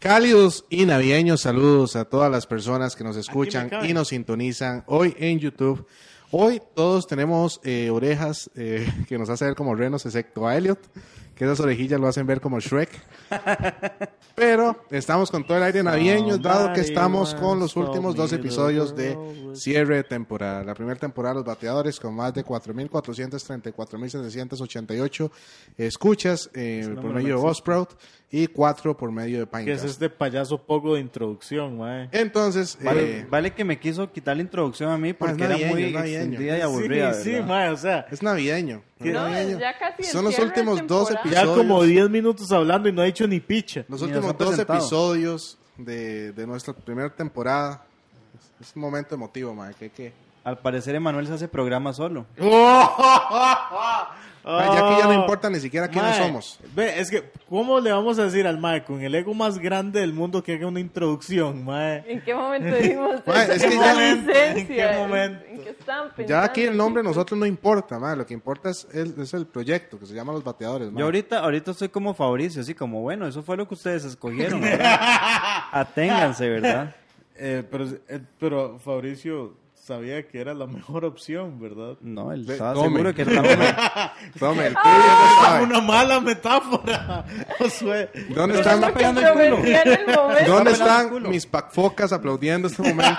Cálidos y navideños saludos a todas las personas que nos escuchan cabe. y nos sintonizan hoy en YouTube. Hoy todos tenemos eh, orejas eh, que nos hacen ver como renos, excepto a Elliot, que esas orejillas lo hacen ver como Shrek. Pero estamos con todo el aire navideño, dado que estamos con los últimos dos episodios de cierre de temporada. La primera temporada, los bateadores con más de 4.434.788 escuchas eh, por Pues número medio de máximo. Buzzsprout y 4 por medio de Que es Pinecast. este payaso poco de introducción, mae. Entonces, Vale, eh, vale que me quiso quitar la introducción Ah, a mí porque es era navideño, muy es navideño. extendida y Sí, aburrida. sí, ¿verdad? mae, o sea, es navideño. es No, es navideño. ya casi el Son los cierre de últimos dos temporada. ya episodios. como 10 minutos hablando y no ha hecho ni picha. Los Ni nos últimos ha dos presentado. episodios de, de nuestra primera temporada. Es un momento emotivo, mae. Que, que... Al parecer Emanuel se hace programa solo. Mae, ya que ya no Oh. importa ni siquiera quiénes Mae, somos. Ve, es que, ¿cómo le vamos a decir al mae con el ego más grande del mundo que haga una introducción, mae? ¿En qué momento dijimos Mae, eso? es que ¿En ya- qué licencia? ¿En qué momento? ¿En qué estaban Ya pensando, aquí el nombre a chicos? nosotros no importa, mae. Lo que importa es el, es el proyecto que se llama Los Bateadores, mae. Yo ahorita, ahorita estoy como Fabricio, así como, bueno, eso fue lo que ustedes escogieron. ¿verdad? Aténganse, ¿verdad? Eh, pero, eh, pero Fabricio sabía que era la mejor opción, ¿verdad? No, él Ve, estaba tome. seguro que era la mejor. Tome, el Ah, pibe ya lo sabe. Una mala metáfora, Josué. ¿Dónde Pero están, no pegando el culo. controvertía en el momento. ¿dónde Está pelando el están culo. mis pacfocas aplaudiendo este momento?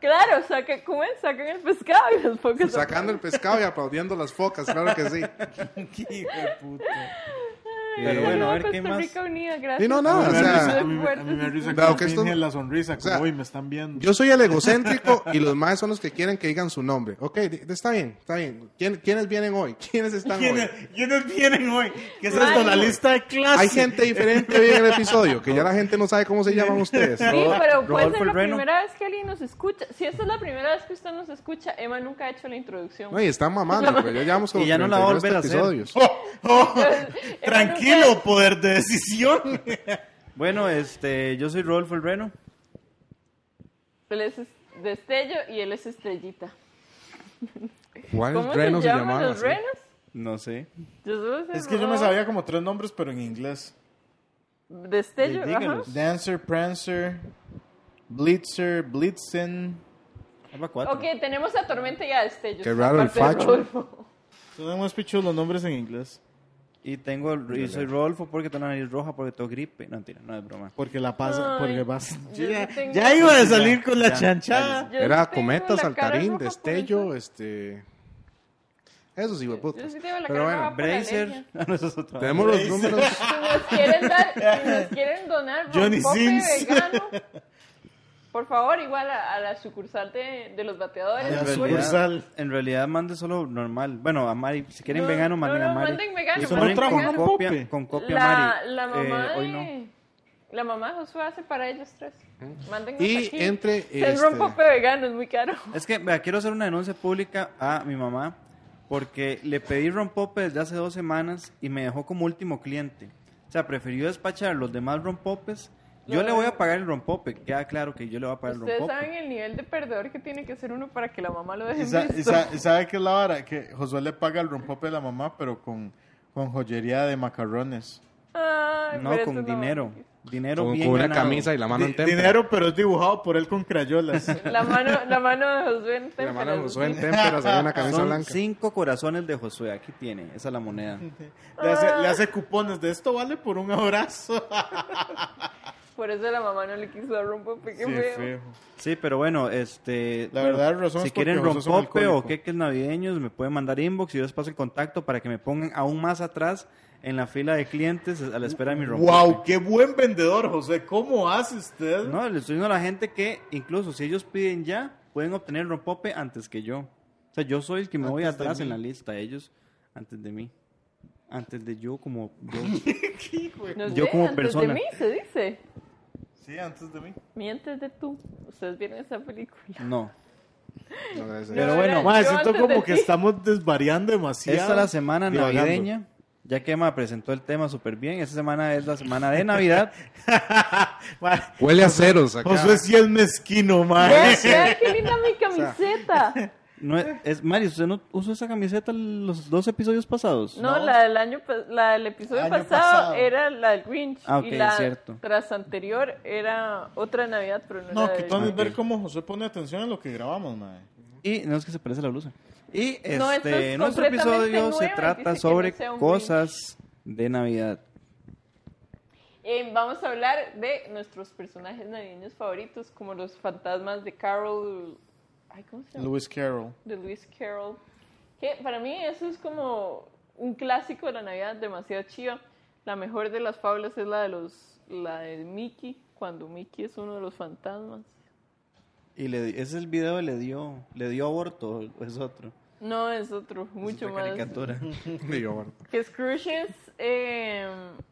Claro, saque, ¿cómo es? Sacan el pescado y las focas. Sacando el pescado y aplaudiendo las focas, claro que sí. Qué hijo de puta. Pero Ay, bueno, a no, ver qué Costa más. Rica Unida, gracias. Y no, nada, A mí me Ah, o sea, da risa- a mí me- a mí me da Qué fuertes risa Dado cómo que esto- finge la sonrisa, como, o sea, uy, me están viendo. Yo soy el egocéntrico y los más son los que quieren que digan su nombre. Ok, di- está bien, está bien. ¿Quién- ¿Quiénes vienen hoy? ¿Quiénes están hoy? ¿Quiénes, quiénes vienen hoy? ¿Qué es Mae. esto? La lista de clase. Hay gente diferente hoy en el episodio, que ya la gente no sabe cómo se llaman ustedes. Sí, Ro- pero puede Rodolfo ser la el Reno. primera vez que alguien nos escucha. Si esta es la primera vez que usted nos escucha, Emma nunca ha hecho la introducción. No, y están mamando, pero ya llevamos como Y ya no la va a 32 volver a hacer. episodios. Oh, Entonces, Emma tranquilo, poder de decisión. Bueno, este, yo soy Rodolfo el Reno. nunca- Él es destello y él es estrellita. ¿Cuáles ¿Cómo renos se se llaman llamaban los así? renos? No sé. Yo solo sé es que yo me Rodolfo, sabía como tres nombres, pero en inglés. Destello, ajá. Dígalos. Dancer, Prancer, Blitzer, Blitzen. Habla cuatro. Ok, tenemos a Tormenta y a Destello. Qué raro el aparte de facho. Rodolfo. Son más pichos los nombres en inglés. Y tengo, y soy Rodolfo porque tengo la nariz roja, porque tengo gripe. No, mentira, no es broma. Porque la pasa, Ay, porque vas. yo Ya, sí tengo- ya iba a salir con la ya, chanchada. Yo Era sí tengo cometa, la cara saltarín, roja por destello, eso. este... Esos Yo hueputas. sí tengo la Pero bueno, cara roja. Bracer. Ah, no, eso es otra. tenemos los números... Si nos quieren dar, si nos quieren donar Johnny rompope Sims. vegano, por favor, igual a, a la sucursal de, de los bateadores. A la En Por sucursal. favor. realidad, en realidad mande solo normal. Bueno, a Mari, si quieren No, vegano, no, manden no, a Mari. manden vegano, Y manden manden vegano. con copia, Pope. con copia la, Mari. la Eh, mamá hoy no. de... La mamá de Josué hace para ellos tres. Mándennos Y aquí. entre, Ten este- rompope vegano, es muy caro. Es que vea, quiero hacer una denuncia pública a mi mamá porque le pedí rompope desde hace dos semanas y me dejó como último cliente. O sea, prefirió despachar los demás rompopes. Yo le voy a pagar el rompope. Queda claro que yo le voy a pagar el Ustedes saben rompope. el nivel de perdedor que tiene que ser uno para que la mamá lo deje Y, en sa- y visto. sa- y sabe que es la vara, que Josué le paga el rompope de la mamá, pero con, con joyería de macarrones. Ay, No, pero eso con dinero. Dinero Con, bien con una ganado. camisa y la mano Di- en tempra. dinero, pero es dibujado por él con crayolas. La mano, la mano de Josué en La mano témperas, de Josué en sí. témperas, había una camisa Son blanca. cinco corazones de Josué. Aquí tiene. Esa es la moneda. le, hace, le hace cupones de esto vale por un abrazo. Por eso la mamá no le quiso dar rompope, qué Sí, feo. feo. Sí, pero bueno, este... La bueno, verdad, razón Si es porque quieren vosotros son rompope o alcohólico. queques navideños, me pueden mandar inbox y yo les paso el contacto para que me pongan aún más atrás en la fila de clientes a la espera de mi rompope. Wow, qué buen vendedor, José. ¿Cómo hace usted? No, le estoy diciendo a la gente que incluso si ellos piden ya, pueden obtener el rompope antes que yo. O sea, yo soy el que me voy Antes de atrás en mí. la lista, ellos antes de mí. Antes de yo como yo. No Yo sé, como antes persona. de mí se dice. Sí, antes de mí. Mientes de tú. Ustedes vieron esa película. No. No, gracias. Pero bueno, Ma, Yo siento antes como de que ti. estamos desvariando demasiado. esta es la semana divagando. navideña. Ya que Emma presentó el tema súper bien. Esta semana es la semana de Navidad. Ma, Huele a ceros acá. Josué sí es mezquino, ma. Vean, vean qué linda mi camiseta. No es, es- Mari, ¿usted no usó esa camiseta los dos episodios pasados? No, No. la del año, pa- la del episodio Año pasado, pasado. era la del Grinch Ah, ok, y la cierto. tras anterior era otra Navidad, pero no, No, era que del- todo es Ok. ver cómo José pone atención a lo que grabamos, madre. Y no es que se parece la blusa. Y este, No, esto es nuestro completamente episodio nuevo, se dice que trata no sobre sea un cosas de Navidad. Eh, vamos a hablar de nuestros personajes navideños favoritos, como los fantasmas de Carol, ay, ¿cómo se llama? Lewis Carroll. de Lewis Carroll. Que para mí eso es como un clásico de la Navidad, demasiado chiva. La mejor de las fábulas es la de los, la de Mickey, cuando Mickey es uno de los fantasmas. Y le, di- ese es el video que le dio, le dio aborto, o es otro. No, es otro, mucho es otra más. caricatura. Digo, bueno. Que Scrooge es eh,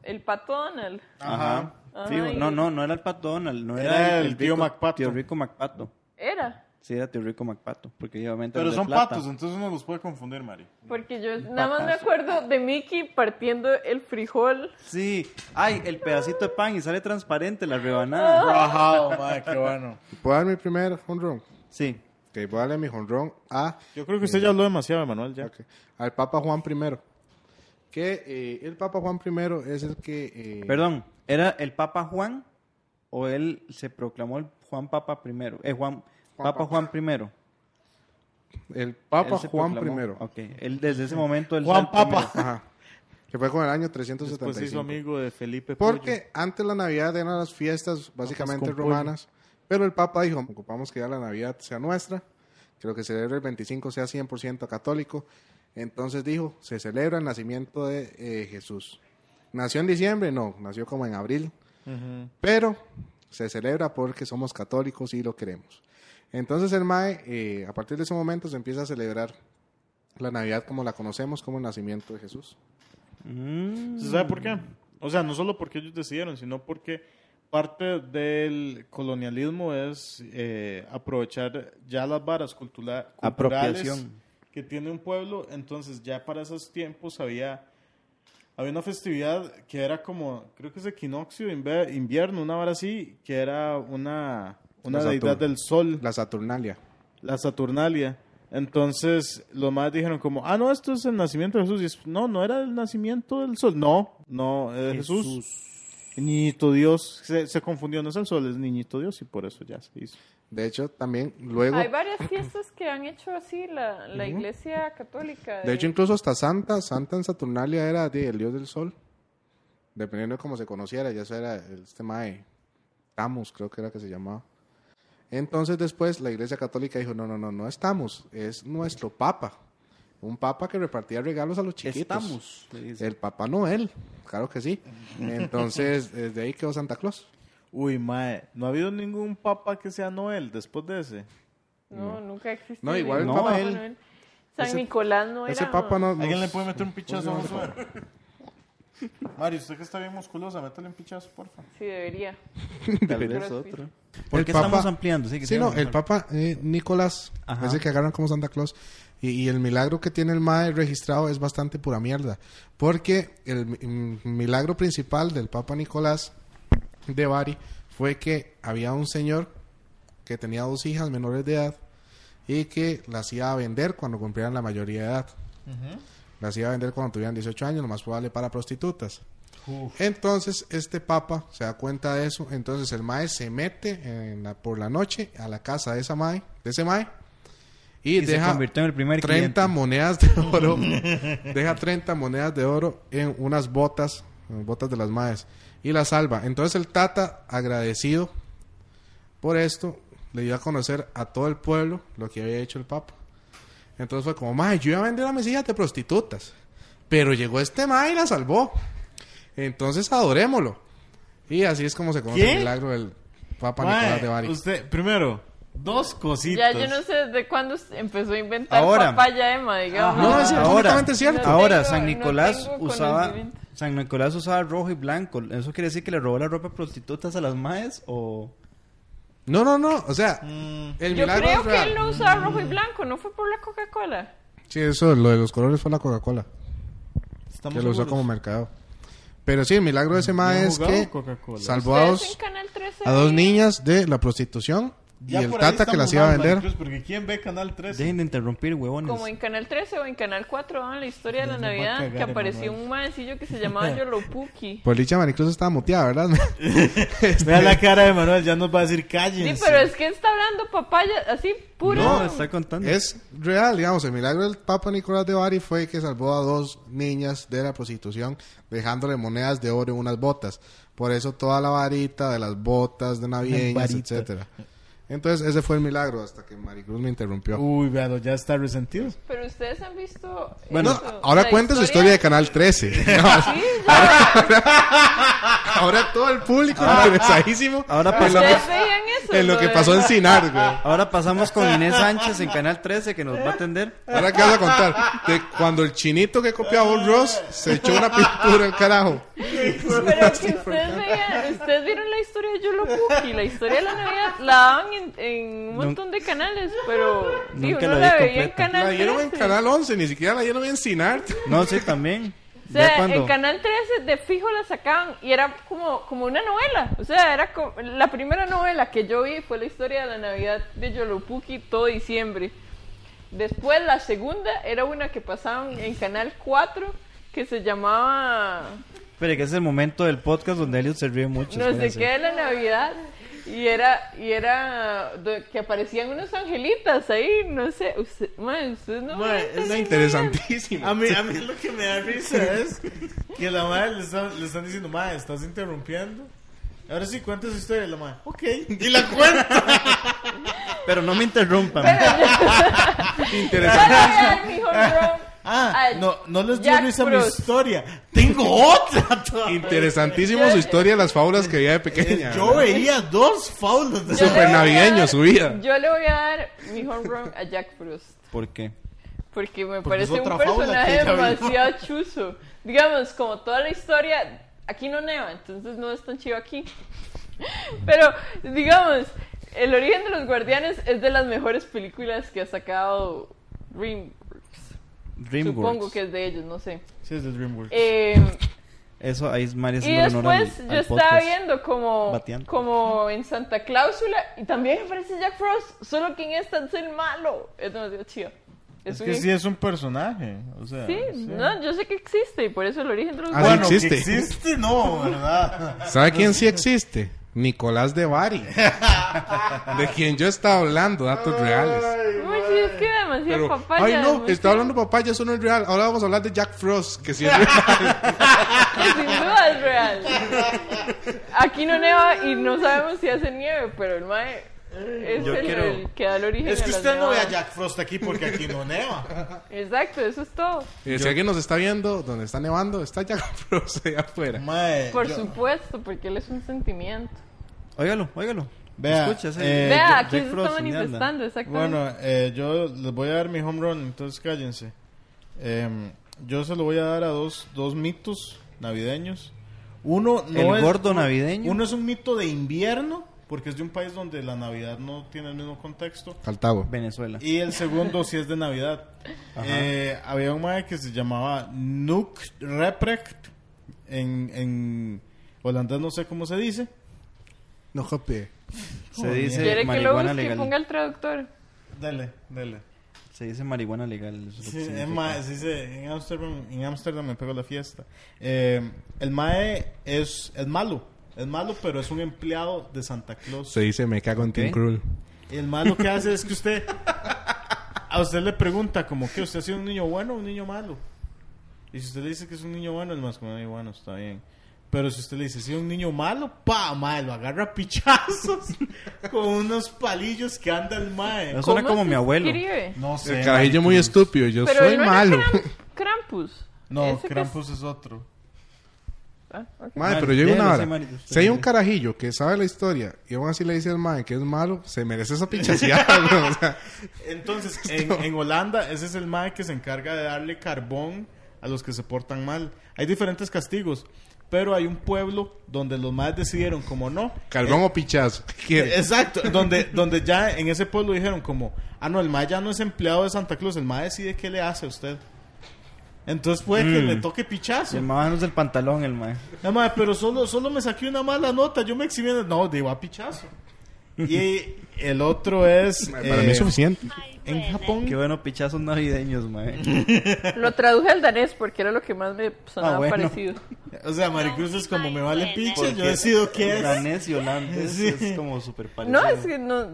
el pato Donald. Ajá. Ajá. Sí, Ay. no, no, no era el Pat Donald, no era, Era el tío rico- MacPato. Tío Rico MacPato. Era. Sí, era tío Rico MacPato, porque obviamente Pero era de son plata. patos, entonces uno los puede confundir, Mari. Porque yo nada más me patazo. acuerdo de Mickey partiendo el frijol. Sí, ay, el pedacito de pan y sale transparente la Ah. rebanada. Ajá, madre, qué bueno. ¿Puedo dar mi primer honrón? Sí. Que voy a darle mi honrón a, Yo creo que usted ya habló demasiado, Emanuel, ya. ok, al Papa Juan I. Que eh, el Papa Juan I es el que... eh, Perdón, ¿era el Papa Juan o él se proclamó el Juan Papa primero? Eh, Juan, Papa Juan primero. El Papa Él se Juan proclamó. I. Ok, él desde ese momento... Él Juan fue el Papa. Ajá. Que fue con el año Después 375. se hizo amigo de Felipe Porque antes la Navidad eran las fiestas básicamente con pollo. romanas, pero el Papa dijo, ocupamos que ya la Navidad sea nuestra, que lo que celebra el 25 sea 100% católico. Entonces dijo, se celebra el nacimiento de eh, Jesús. ¿Nació en diciembre? No, nació como en abril, Puyo. Ujú. pero se celebra porque somos católicos y lo queremos. Entonces el MAE, eh, a partir de ese momento, se empieza a celebrar la Navidad como la conocemos, como el nacimiento de Jesús. Mm. ¿Se sabe por qué? O sea, no solo porque ellos decidieron, sino porque parte del colonialismo es eh, aprovechar ya las varas cultura- culturales Apropiación. que tiene un pueblo. Entonces, ya para esos tiempos había, había una festividad que era como, creo que es equinoccio, inve- invierno, una vara así, que era una, una La deidad Saturn- del sol La Saturnalia. la Saturnalia. Entonces los más dijeron como, ah, no, esto es el nacimiento de Jesús. Y es, no, no era el nacimiento del sol. No, no, es Jesús. Niñito Dios. Se, se confundió, no es el sol, es Niñito Dios y por eso ya se hizo. De hecho, también luego... Hay varias fiestas que han hecho así la, la iglesia católica. De hecho, incluso hasta Santa, Santa en Saturnalia era de, el dios del sol. Dependiendo de cómo se conociera, ya sea era el tema de Tamus, creo que era que se llamaba. Entonces después la Iglesia Católica dijo, no, no, no, no estamos, es nuestro Papa. Un Papa que repartía regalos a los chiquitos. Eh, Estamos. le dice. El Papá Noel, claro que sí. Entonces, desde ahí quedó Santa Claus. Uy, mae, no ha habido ningún papa que sea Noel después de ese. No, nunca existió. No, igual el ningún Papa- Papá Noel. San Ese- Nicolás no era. Ese Papa no... no- ¿Alguien le puede meter un pichazo a Josué? Mario, usted que está bien musculosa, métele un pichazo, porfa. Sí, debería. Tal vez Pero sí. otro. ¿Por El qué Papa- estamos ampliando? Sí, que Sí, sí, no, vamos a el ampliar. Papa eh, Nicolás, Ajá. ese que agarran como Santa Claus, y, y el milagro que tiene el MAE registrado es bastante pura mierda, porque el mi- mm, milagro principal del Papa Nicolás de Bari fue que había un señor que tenía dos hijas menores de edad y que las iba a vender cuando cumplieran la mayoría de edad. Las iba a vender cuando tuvieran 18 años, lo más probable para prostitutas. Entonces este papa se da cuenta de eso, entonces el mae se mete en la- por la noche a la casa de esa mae, de ese mae y, Y se deja convirtió en el primer 30 cliente. monedas de oro, deja 30 monedas de oro en unas botas, en botas de las maes y las salva. Entonces el tata agradecido por esto le dio a conocer a todo el pueblo lo que había hecho el papa. Entonces fue como, mae, yo iba a vender a mis hijas de prostitutas, pero llegó este mae y la salvó. Entonces adorémoslo. Y así es como se conoce ¿Qué? el milagro del Papa Mae, Nicolás de Bari. Usted, primero, dos cositas. Ya yo no sé desde cuándo se empezó a inventar Ahora. papaya Emma, digamos. No, es ahora, completamente cierto. No ahora tengo- San no Nicolás tengo usaba conocimiento. San Nicolás usaba rojo y blanco. ¿Eso quiere decir que le robó la ropa a prostitutas a las maes o No, no, no. O sea, Mm. el Yo milagro creo es que real. él no usaba rojo y blanco, no fue por la Coca-Cola. Sí, eso, lo de los colores fue la Coca-Cola, Estamos que lo usó seguros. como mercado. Pero sí, el milagro de ese mae es jugado que Coca-Cola. salvó a Ustedes dos, en Canal 13 a dos veían- niñas de la prostitución Y el Tata que las iba a vender. Porque ¿quién ve Canal 13? Dejen de interrumpir, huevones. Pues Como en Canal 13 o en Canal 4 daban la historia de la Nos va a Navidad cagar que apareció Emanuel. un maecillo que se llamaba Yolopuki. Por dicha, Pues Maricruz estaba muteada, ¿verdad? Vea la cara de Manuel, ya nos va a decir cállense. Sí, pero es que está hablando papaya así puro. No, está contando. es real, digamos. El milagro del Papa Nicolás de Bari fue que salvó a dos niñas de la prostitución dejándole monedas de oro en unas botas. Por eso toda la varita de las botas de navideñas, Varita. etcétera. Entonces, ese fue el milagro hasta que Maricruz me interrumpió. Uy, veado, ya está resentido. Pero ustedes han visto. bueno, eso, ahora la cuenta su historia de Canal 13. Sí, ya. ahora todo el público interesadísimo Ahora en lo Ustedes que, veían eso. en lo que de- pasó en Sinar, güey. Ahora pasamos con Inés Sánchez en Canal 13 que nos va a atender. Ahora qué vas a contar? Que cuando el chinito que copiaba un Ross se echó una pintura al carajo. Pero que ustedes veían. Ustedes vieron la historia de Yolopuki. La historia de la Navidad la daban en, en un montón de canales. Pero. Sí, Nunca uno la la, vi veía en completa. Canal La 13. dieron en Canal 11, ni siquiera la dieron en Sinar. Pues No, sí, también. O sea, Ya cuando- en Canal 13 de fijo la sacaban y era como, como una novela. O sea, era co- la primera novela que yo vi fue la historia de la Navidad de Yolopuki todo diciembre. Después la segunda era una que pasaban en Canal 4 que se llamaba Espere, que es el momento del podcast donde Elliot se ríe Pues mucho. no sé espérense. qué de la Navidad y era y era do- que aparecían unos angelitas ahí, no sé, usted- mae, ustedes no Mae, ven es esa Interesantísimo. A mí, a mí lo que me da risa es que la madre le, está- le están diciendo, madre, estás interrumpiendo. Ahora sí, cuenta su historia, la madre. Ok, y la cuenta. Pero no me interrumpan. novela. Interesante. Ay, ay, mi jonrón. Ah, Ay, no, no les dio Jack risa mi Bruce. historia. Tengo otra todavía. Interesantísimo su historia de las fábulas que veía de pequeña. Yo veía dos faulas de Yo Súper le voy a navideño dar- su vida. Yo le voy a dar mi home run a Jack Frost. ¿Por qué? Porque me Porque es parece otra un fábula que personaje ella vino. demasiado chuzo. Digamos, como toda la historia, aquí no neva, entonces no es tan chido aquí. Pero, digamos, El origen de los guardianes es de las mejores películas que ha sacado DreamWorks. Dreamworks. Supongo que es de ellos, no sé. Sí, es de DreamWorks. Eh, Eso ahí es María Y haciéndole honor después al- yo al estaba podcast. viendo como, Bateando. como en Santa Cláusula y también aparece Jack Frost, solo que en esta es el malo. Es demasiado chido. Es, es un- que sí es un personaje. O sea, sí, no, yo sé que existe y por eso el origen de los Ah, Bueno, sí existe. que existe, no, ¿verdad? ¿Sabe quién sí existe? Nicolás de Bari. De quien yo estaba hablando, datos reales. Uy, sí, es que demasiado Pero, papaya. ay no, demasiado- está hablando papá, ya eso no es real. Ahora vamos a hablar de Jack Frost, que sí es real. que sin duda es real. Aquí no neva y no sabemos si hace nieve, pero el mae es Yo el, quiero- el que da el origen Es a que las usted no ve a nevadas. Jack Frost aquí porque aquí no neva. Exacto, eso es todo. Eh, Si alguien nos está viendo, donde está nevando, está Jack Frost allá afuera. Mae, Por Eh, yo- supuesto, porque él es un sentimiento. Óigalo, óigalo. Vea, Escucha, ese- eh, Vea, Jack- aquí Jack se Frost, está ¿dónde anda? manifestando, exactamente. Bueno, eh, yo les voy a dar mi home run, entonces cállense. Em, yo se lo voy a dar a dos, dos mitos navideños. Uno no El es, gordo navideño. Uno es un mito de invierno, porque es de un país donde la Navidad no tiene el mismo contexto. Faltavo. Venezuela. Y el segundo sí es de Navidad. Eh, había un mae que se llamaba Nuk Reprecht. En, en holandés no sé cómo se dice. No copie. Se dice ¿Quiere que lo marihuana busque y legal. ponga el traductor? Dale, dale. Se dice marihuana legal. eso es lo que Sí, es significa. mae, se dice, en Amsterdam, en Amsterdam me pego la fiesta. Eh, el mae es, es malo. Es malo, pero es un empleado de Santa Claus. Se dice me cago en Tim Ok. Krul. El mae lo que hace es que usted... A usted le pregunta como que usted ha sido un niño bueno o un niño malo. Y si usted le dice que es un niño bueno, el más como, "Ay, bueno, está bien. Pero si usted le dice, si es un niño malo, pa, mae, lo agarra a pichazos con unos palillos que anda el mae. No suena ¿Cómo como se mi abuelo. escribe? No sé. El carajillo muy estúpido. Yo Pero soy no era malo. Kram- Krampus. No, Ese que es- Krampus es otro. Ah, ok. Madre, Madre, pero yo digo déjelo, una sí, hora. madre, usted Si hay un dice. carajillo que sabe la historia y aún así le dice al madre que es malo, se merece esa pinchaseada, güey, o sea, Entonces, en, en Holanda, ese es el MAE que se encarga de darle carbón a los que se portan mal. Hay diferentes castigos, pero hay un pueblo donde los MAEs decidieron, como no. carbón eh, o pichazo. ¿Qué quiere? Exacto, donde, donde ya en ese pueblo dijeron, como, ah, no, el MAE ya no es empleado de Santa Claus, el MAE decide qué le hace a usted. Entonces puede Mm. que le toque pichazo. El más es el pantalón, el mae. No, mae, pero solo, solo me saqué una mala nota, yo me exhibí. en el- No, digo a "Ah, pichazo. Y el otro es. Para eh, mí es suficiente. En Japón. Qué bueno, pichazos navideños, mae. Lo traduje al danés porque era lo que más me sonaba Ah, bueno. parecido. O sea, Maricruz es como me vale pinche, Porque yo decido qué es. Danés y holandés Sí. es como súper parecido. No, es que no.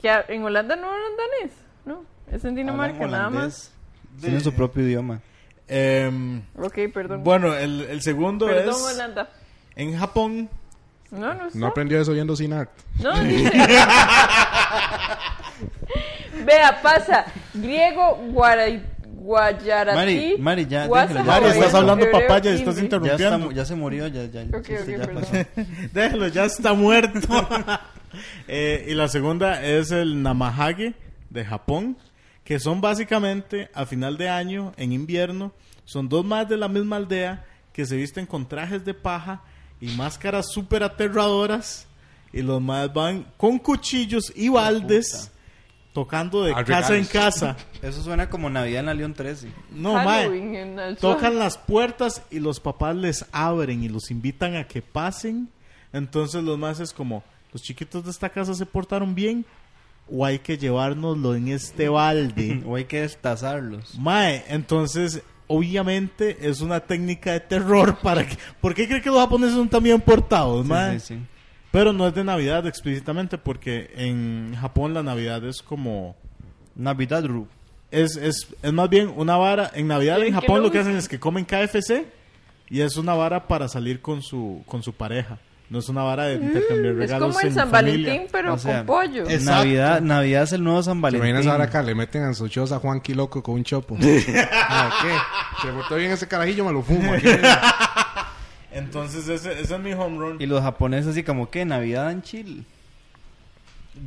Que a- en Holanda no hablan danés. No, es en Dinamarca nada más. Tienen su propio idioma. Em, Ok, perdón. bueno, el, el segundo perdón, es. Holanda. En Japón. No, no sé. No aprendió eso viendo Sin Act. No, dice. Vea, pasa. Griego, guaray, guayaratí. Mari, Mari, ya, guasa, déjalo, ya. Mari, hawaiano, estás hablando hebreo, papaya, estás hindi. interrumpiendo. Ya, está mu- ya se murió, ya, ya. Ok, este, ok, ya perdón. pasó. Déjalo, ya está muerto. Eh, y la segunda es el Namahage de Japón, que son básicamente a final de año, en invierno, son dos más de la misma aldea que se visten con trajes de paja y máscaras súper aterradoras. Y los más van con cuchillos y baldes tocando de A casa en regalos. casa. Eso suena como Navidad en la León 13. No, mae. Halloween en el Tocan las puertas y los papás les abren y los invitan a que pasen. Entonces los más es como, los chiquitos de esta casa se portaron bien o hay que llevárnoslo en este balde. O hay que destazarlos. Mae, entonces obviamente es una técnica de terror para que... ¿Por qué cree que los japoneses son tan bien portados, Sí, mae? sí, sí. Pero no es de Navidad explícitamente porque en Japón la Navidad es como... Navidad Ru. Es, es, es más bien una vara. En Navidad ¿Quieren en que Japón lo lo que hacen busque? es que comen KFC y es una vara para salir con su, con su pareja. No es una vara de intercambiar Mm, Es regalos. como el en San familia. Valentín, pero O sea, con pollo. es- Exacto. Navidad, Navidad es el nuevo San ¿Te Valentín. imaginas ahora acá? Le meten a su choza a Juan Quiloco con un chopo. Ah, ¿Qué? Se portó bien ese carajillo, me lo fumo. aquí. Entonces, ese, ese es mi home run. Y los japoneses así como, ¿qué? Navidad en Chile.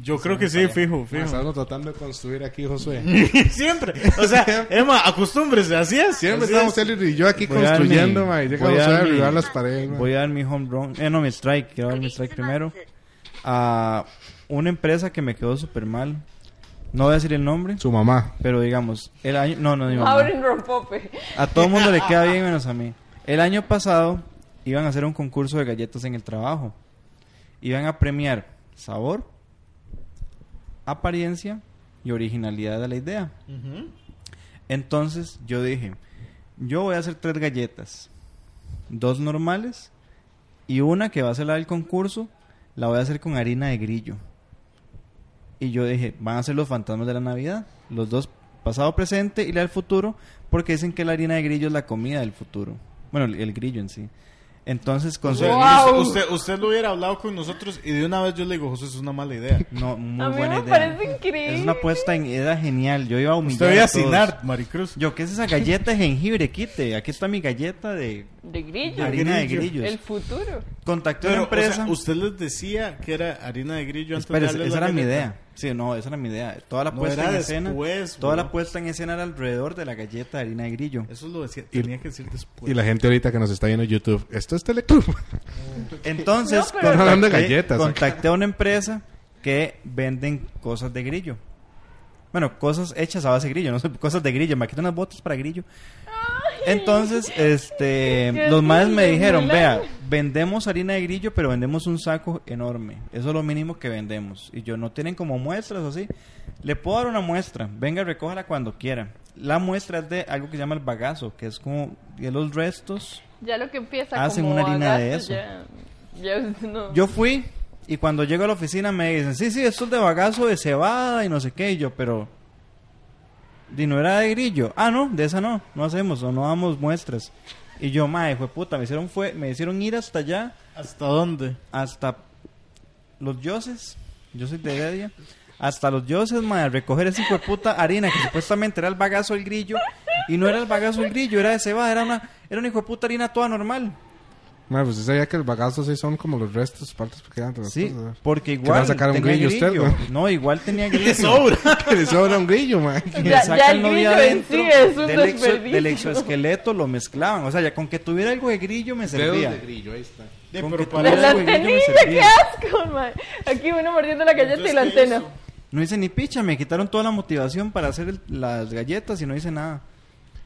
Yo creo que sí, fijo, Ah, fijo. Estamos tratando de construir aquí, Josué. Siempre. O sea, Emma, acostúmbrese, así es. Siempre así estamos es. él y yo aquí Voy a dar construyendo, mi- ma, y Llega voy a Josué a dar mi- derribar las paredes, ma. Voy a dar mi home run. Eh, no, mi strike. Quiero dar mi strike primero. A una empresa que me quedó súper mal. No voy a decir el nombre, Su mamá. pero digamos, el año. No, no, mi mamá. Abren rompope. A todo el mundo le queda bien menos a mí. El año pasado iban a hacer un concurso de galletas en el trabajo. Iban a premiar sabor, apariencia y originalidad de la idea. Entonces yo dije, yo voy a hacer tres galletas. Dos normales y una que va a ser la del concurso, la voy a hacer con harina de grillo. Y yo dije, van a ser los fantasmas de la Navidad. Los dos, pasado, presente y la del futuro, porque dicen que la harina de grillo es la comida del futuro. Bueno, el, el grillo en sí. Entonces, con O su... sea, usted, Wow. usted- usted lo hubiera hablado con nosotros y de una vez yo le digo, José, es una mala idea. No, muy A mí buena me idea. parece increíble. Es una apuesta, en, era genial. Yo iba a humillar Usted voy a a todos. cenar, Maricruz. Yo, ¿qué es esa galleta de jengibre? Quite, aquí está mi galleta de De grillo. harina de grillo. grillos. El futuro. Contacté a Pero, una o sea, empresa. usted les decía que era harina de grillo antes Espera, de darle esa la era mi galleta. idea. Sí, no, esa era mi idea. Toda la No, puesta era en escena. después, toda bro. la puesta en escena era alrededor de la galleta de harina de grillo. Eso lo decía, tenía que decir después. Y la gente ahorita que nos está viendo en YouTube, esto es Teleclub. Entonces, No, pero- Están hablando de contacté- galletas, contacté a una empresa que venden cosas de grillo. Bueno, cosas hechas a base de grillo, no sé, cosas de grillo. Me quité unas botas para grillo. Entonces, este, Qué los madres me lindo, dijeron, Milán. vea, vendemos harina de grillo, pero vendemos un saco enorme. Eso es lo mínimo que vendemos. Y yo, ¿no tienen como muestras o así? Le puedo dar una muestra. Venga, recójala cuando quiera. La muestra es de algo que se llama el bagazo, que es como de los restos. Ya lo que empieza Hacen como una harina a de gasto, eso. Ya, ya no. Yo fui y cuando llego a la oficina me dicen, sí, sí, esto es de bagazo de cebada y no sé qué. Y yo, pero... ¿Y no era de grillo? Ah, no, de esa no. No hacemos o no damos muestras. Y yo, madre, fue puta, me hicieron, fue, me hicieron ir hasta allá, ¿Hasta dónde? hasta los dioses. Yo soy de Heredia. Hasta los dioses, madre, recoger esa hijo de puta harina que supuestamente era el bagazo del grillo. Y no era el bagazo del grillo, era de cebada, era una, era una hijo de puta harina toda normal. Ma, pues usted sabía que el bagazo sí son como los restos, partes pequeñas de las Sí, cosas. porque va pues, a igual sacar un tenía grillo usted, grillo. No, igual tenía grillo. Que le sobra un grillo, ma. Le Ya- ya sacan el lo de grillo en adentro, sí es un del exo- desperdicio. Del exoesqueleto lo mezclaban. O sea, ya con que tuviera algo de grillo me servía. grillo, ahí está. De, Con pero que para La, tuviera la algo de grillo me antenita, qué servía. asco, man. Aquí uno mordiendo la galleta y la Entonces, ¿qué antena. hizo? No hice ni picha, me quitaron toda la motivación para hacer el- las galletas y no hice nada.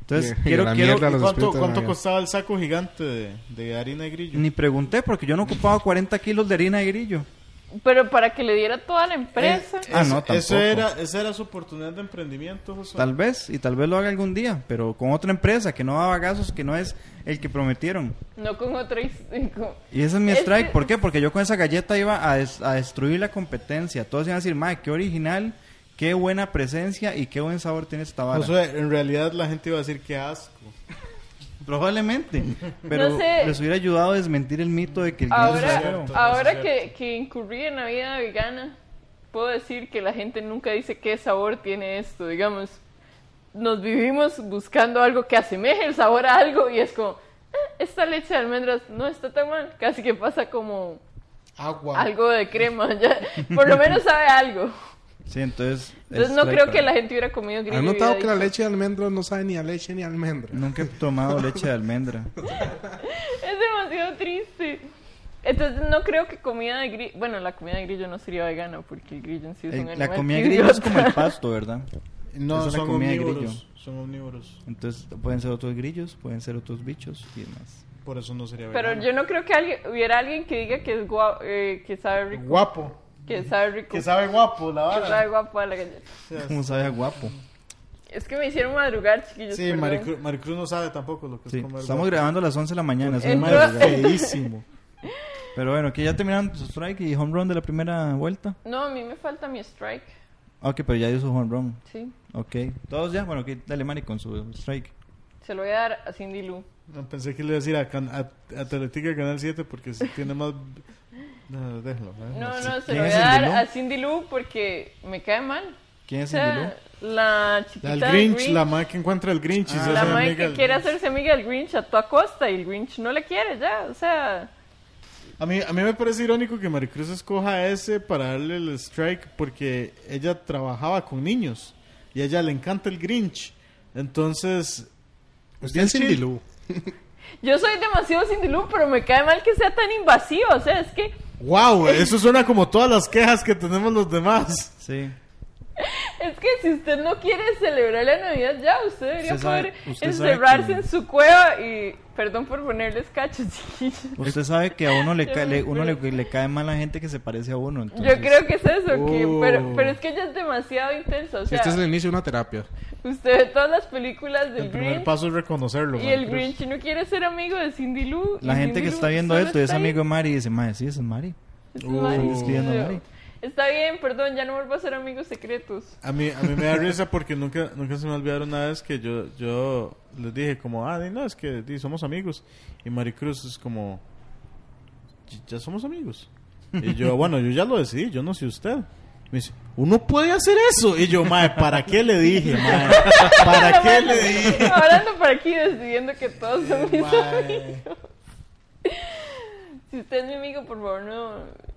Entonces, Bien, quiero, la quiero- mierda. Para los ¿Cuánto, espíritus de cuánto Navidad. costaba el saco gigante de, de harina de grillo? ni pregunté porque yo no ocupaba 40 kilos de harina de grillo. Pero para que le diera toda la empresa. Ah, no, Ese- ese tampoco. era, esa era su oportunidad de emprendimiento, Josué. Tal vez, y tal vez lo haga algún día, pero con otra empresa que no da bagazos, que no es el que prometieron. No con otra. his- con- Y ese es mi Es strike. que- ¿Por qué? Porque yo con esa galleta iba a, des- a destruir la competencia. Todos iban a decir, madre, qué original, qué buena presencia y qué buen sabor tiene esta bala. Josué, en realidad la gente iba a decir que asco. Probablemente. Pero No sé. les hubiera ayudado a desmentir el mito de que el guiso es Ahora, feo. ahora que, que incurrí en la vida vegana, puedo decir que la gente nunca dice qué sabor tiene esto, digamos. Nos vivimos buscando algo que asemeje el sabor a algo y es como, "Ah, esta leche de almendras no está tan mal, casi que pasa como Agua. algo de crema, ya, por lo menos sabe algo. Sí, entonces... Entonces es no creo para- que la gente hubiera comido grillo. ¿Han y notado hubiera que la dicho, leche de almendras no sabe ni a leche ni a almendra? Nunca he tomado leche de almendra. Es demasiado triste. Entonces no creo que comida de grillo, bueno, la comida de grillo no sería vegana porque el grillo en sí es un El- animal. Eh, la comida que grillo es como el idiota. pasto, ¿verdad? Esa No, es la son comida de omnívoros. grillo. Son omnívoros. Entonces pueden ser otros grillos, pueden ser otros bichos y demás. Por eso no sería Pero vegano. yo no creo que alguien, hubiera alguien que diga que es guapo, que sabe rico, Guapo. que sabe rico, Que sabe guapo, la que sabe vara. guapo a la galleta. Como sabe a guapo. Es que me hicieron madrugar, chiquillos. Sí, perdón. Maricru- Maricruz no sabe tampoco lo que Sí, es comer Estamos grabando a las 11 de la mañana. es Entró- una guapo. madrugada. Es feísimo. Pero bueno, que ya terminaron su strike y home run de la primera vuelta. No, a mí me falta mi strike, Ah, Ok, pero ya hizo su home run. sí. Ok. ¿Todos ya? Bueno, ok, dale Mari con su strike. Se lo voy a dar a Cindy Lou. No, pensé que le iba a decir a, Can- a, a Teletica Canal 7 porque si tiene más... No, déjalo. ¿eh? No, Sí. no, se ¿Quién lo voy es a dar Cindy Lou? a Cindy Lou porque me cae mal. ¿Quién O es el sea, la chiquita El del Grinch, Grinch. Ah, la madre que encuentra el Grinch y se La hace madre amiga que del quiere Grinch. hacerse amiga del Grinch a toda costa y el Grinch no le quiere ya, o sea, A mí, a mí me parece irónico que Maricruz escoja ese para darle el strike porque ella trabajaba con niños y a ella le encanta el Grinch. Entonces, Usted es Cindy Lou. yo soy demasiado Cindy Lou, pero me cae mal que sea tan invasivo, o sea, es que wow, eso suena como todas las quejas que tenemos los demás. Sí. es que si usted no quiere celebrar la Navidad ya, usted debería Usted sabe- poder usted sabe encerrarse que- en su cueva y perdón por ponerles cachos, chiquillos. Usted sabe que a uno le, Yo cae, me le- uno le, le cae mal a gente que se parece a uno. Yo entonces- uh. creo que es eso, que- Oh. pero, pero es que ella es demasiado intensa, o Si sea, este es el inicio de una terapia. usted ve todas las películas del El primer Grinch paso es reconocerlo. ¿Eh? y el Maricruz. Grinch no quiere ser amigo de Cindy Lou. y La gente Cindy que Lou está viendo solo esto y es está ahí. amigo de Mari dice, madre, sí, ese es Mari. Este Es Uh, Mari. estás escribiendo a Mari. Está bien, perdón, ya no vuelvo a ser amigos secretos. A mí, a mí me da risa porque nunca, nunca se me olvidaron una vez que yo, yo les dije como, ah, di, no, es que di, somos amigos. Y Maricruz es como, "Y- ya somos amigos. Y yo, bueno, yo ya lo decidí, yo no sé usted. Me dice, ¿uno puede hacer eso? Y yo, mae, ¿para qué le dije, mae? ¿Para qué le dije? Ahora ando por aquí decidiendo que todos son mis amigos. Mae. Si usted es mi amigo, por favor, no.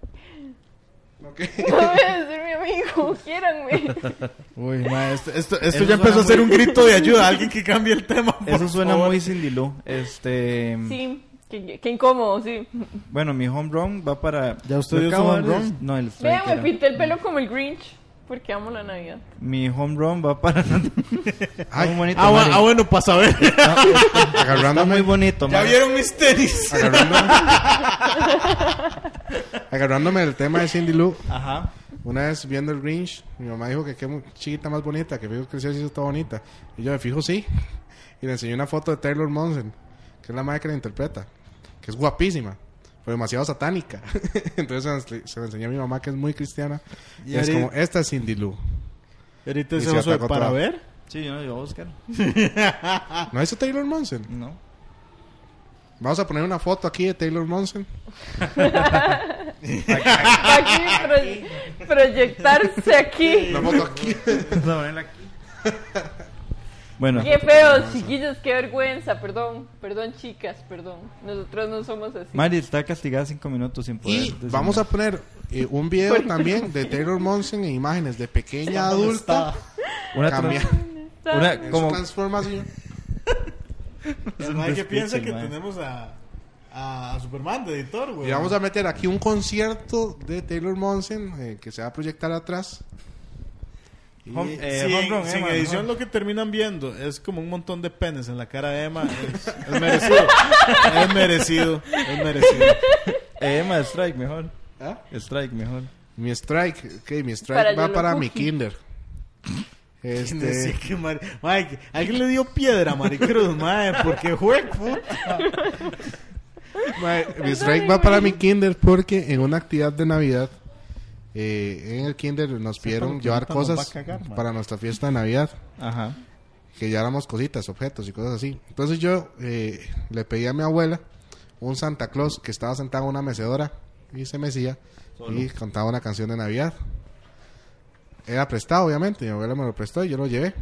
No voy a decir mi amigo, quiéranme. Uy, mae, esto, esto, esto Eso ya empezó a suena ser un muy- grito de ayuda, alguien que cambie el tema. por Eso suena favor. Ah, muy Cindy Lou. Este, Sí, que, que incómodo, sí. Bueno, mi home run va para... ¿Ya usted Yo dio su acabo de home darles- run? No, el strike Vean, me era. pinté el pelo como el Grinch. Porque amo la Navidad. Mi home run va para... Ay. Muy bonito, Ah, bueno, Mari. ah, bueno, para saber. Está muy Agarrándome, bonito, ¿Ya Mari. vieron mis tenis? agarrándome, agarrándome del tema de Cindy Lou. Ajá. Una vez viendo el Grinch, mi mamá dijo que qué mu- chiquita más bonita, que fijo que sí hizo toda bonita. Y yo me fijo, sí. Y le enseñé una foto de Taylor Monson, que es la madre que la interpreta, que es guapísima, pero demasiado satánica. Entonces se la- se la enseñé a mi mamá, que es muy cristiana. Y Y es ahí- como, esta es Cindy Lou. Y ahorita Y se se Josué, atacó para toda. ver. Sí, yo no digo Oscar. Ah. ¿No hizo Taylor Monson? No. Vamos a poner una foto aquí de Taylor Monson. Aquí pro- proyectarse aquí. Una foto aquí. Bueno, Qué feo, chiquillos, qué vergüenza. Perdón, perdón, chicas, perdón. Nosotros no somos así. Mari está castigada cinco minutos sin poder. Y decir vamos a nada. poner eh, un video también de Taylor Monson en imágenes de pequeña adulta. Una Cambia. Está- Una- Como... Como- Transformación. Es El un mae que despiche, piensa que mae. tenemos a, a Superman de editor, güey. Y vamos a meter aquí un concierto de Taylor Monson eh, que se va a proyectar atrás. Y Home- eh, sin, home run, sin Emma, edición home. lo que terminan viendo es como un montón de penes en la cara de Emma. Es, es merecido. es merecido. Es merecido. Eh, Emma Strike, mejor. ¿Ah? Strike mejor. Mi strike, ok, mi Para strike el va Yellow para mi Cookie. kinder. No sé Este, qué mar- Mae, alguien le dio piedra a Maricruz, mae, porque fue puta. mae, mi strike va para mi kinder porque en una actividad de Navidad, eh, en el kinder nos lo pidieron que llevar ahorita nos va cosas a cagar, mae. para nuestra fiesta de Navidad. Ajá. que lleváramos cositas, objetos y cosas así. Entonces yo eh, le pedí a mi abuela un Santa Claus que estaba sentado en una mecedora y se mecía y cantaba una canción de Navidad. Era prestado, obviamente, mi abuela me lo prestó y yo lo llevé.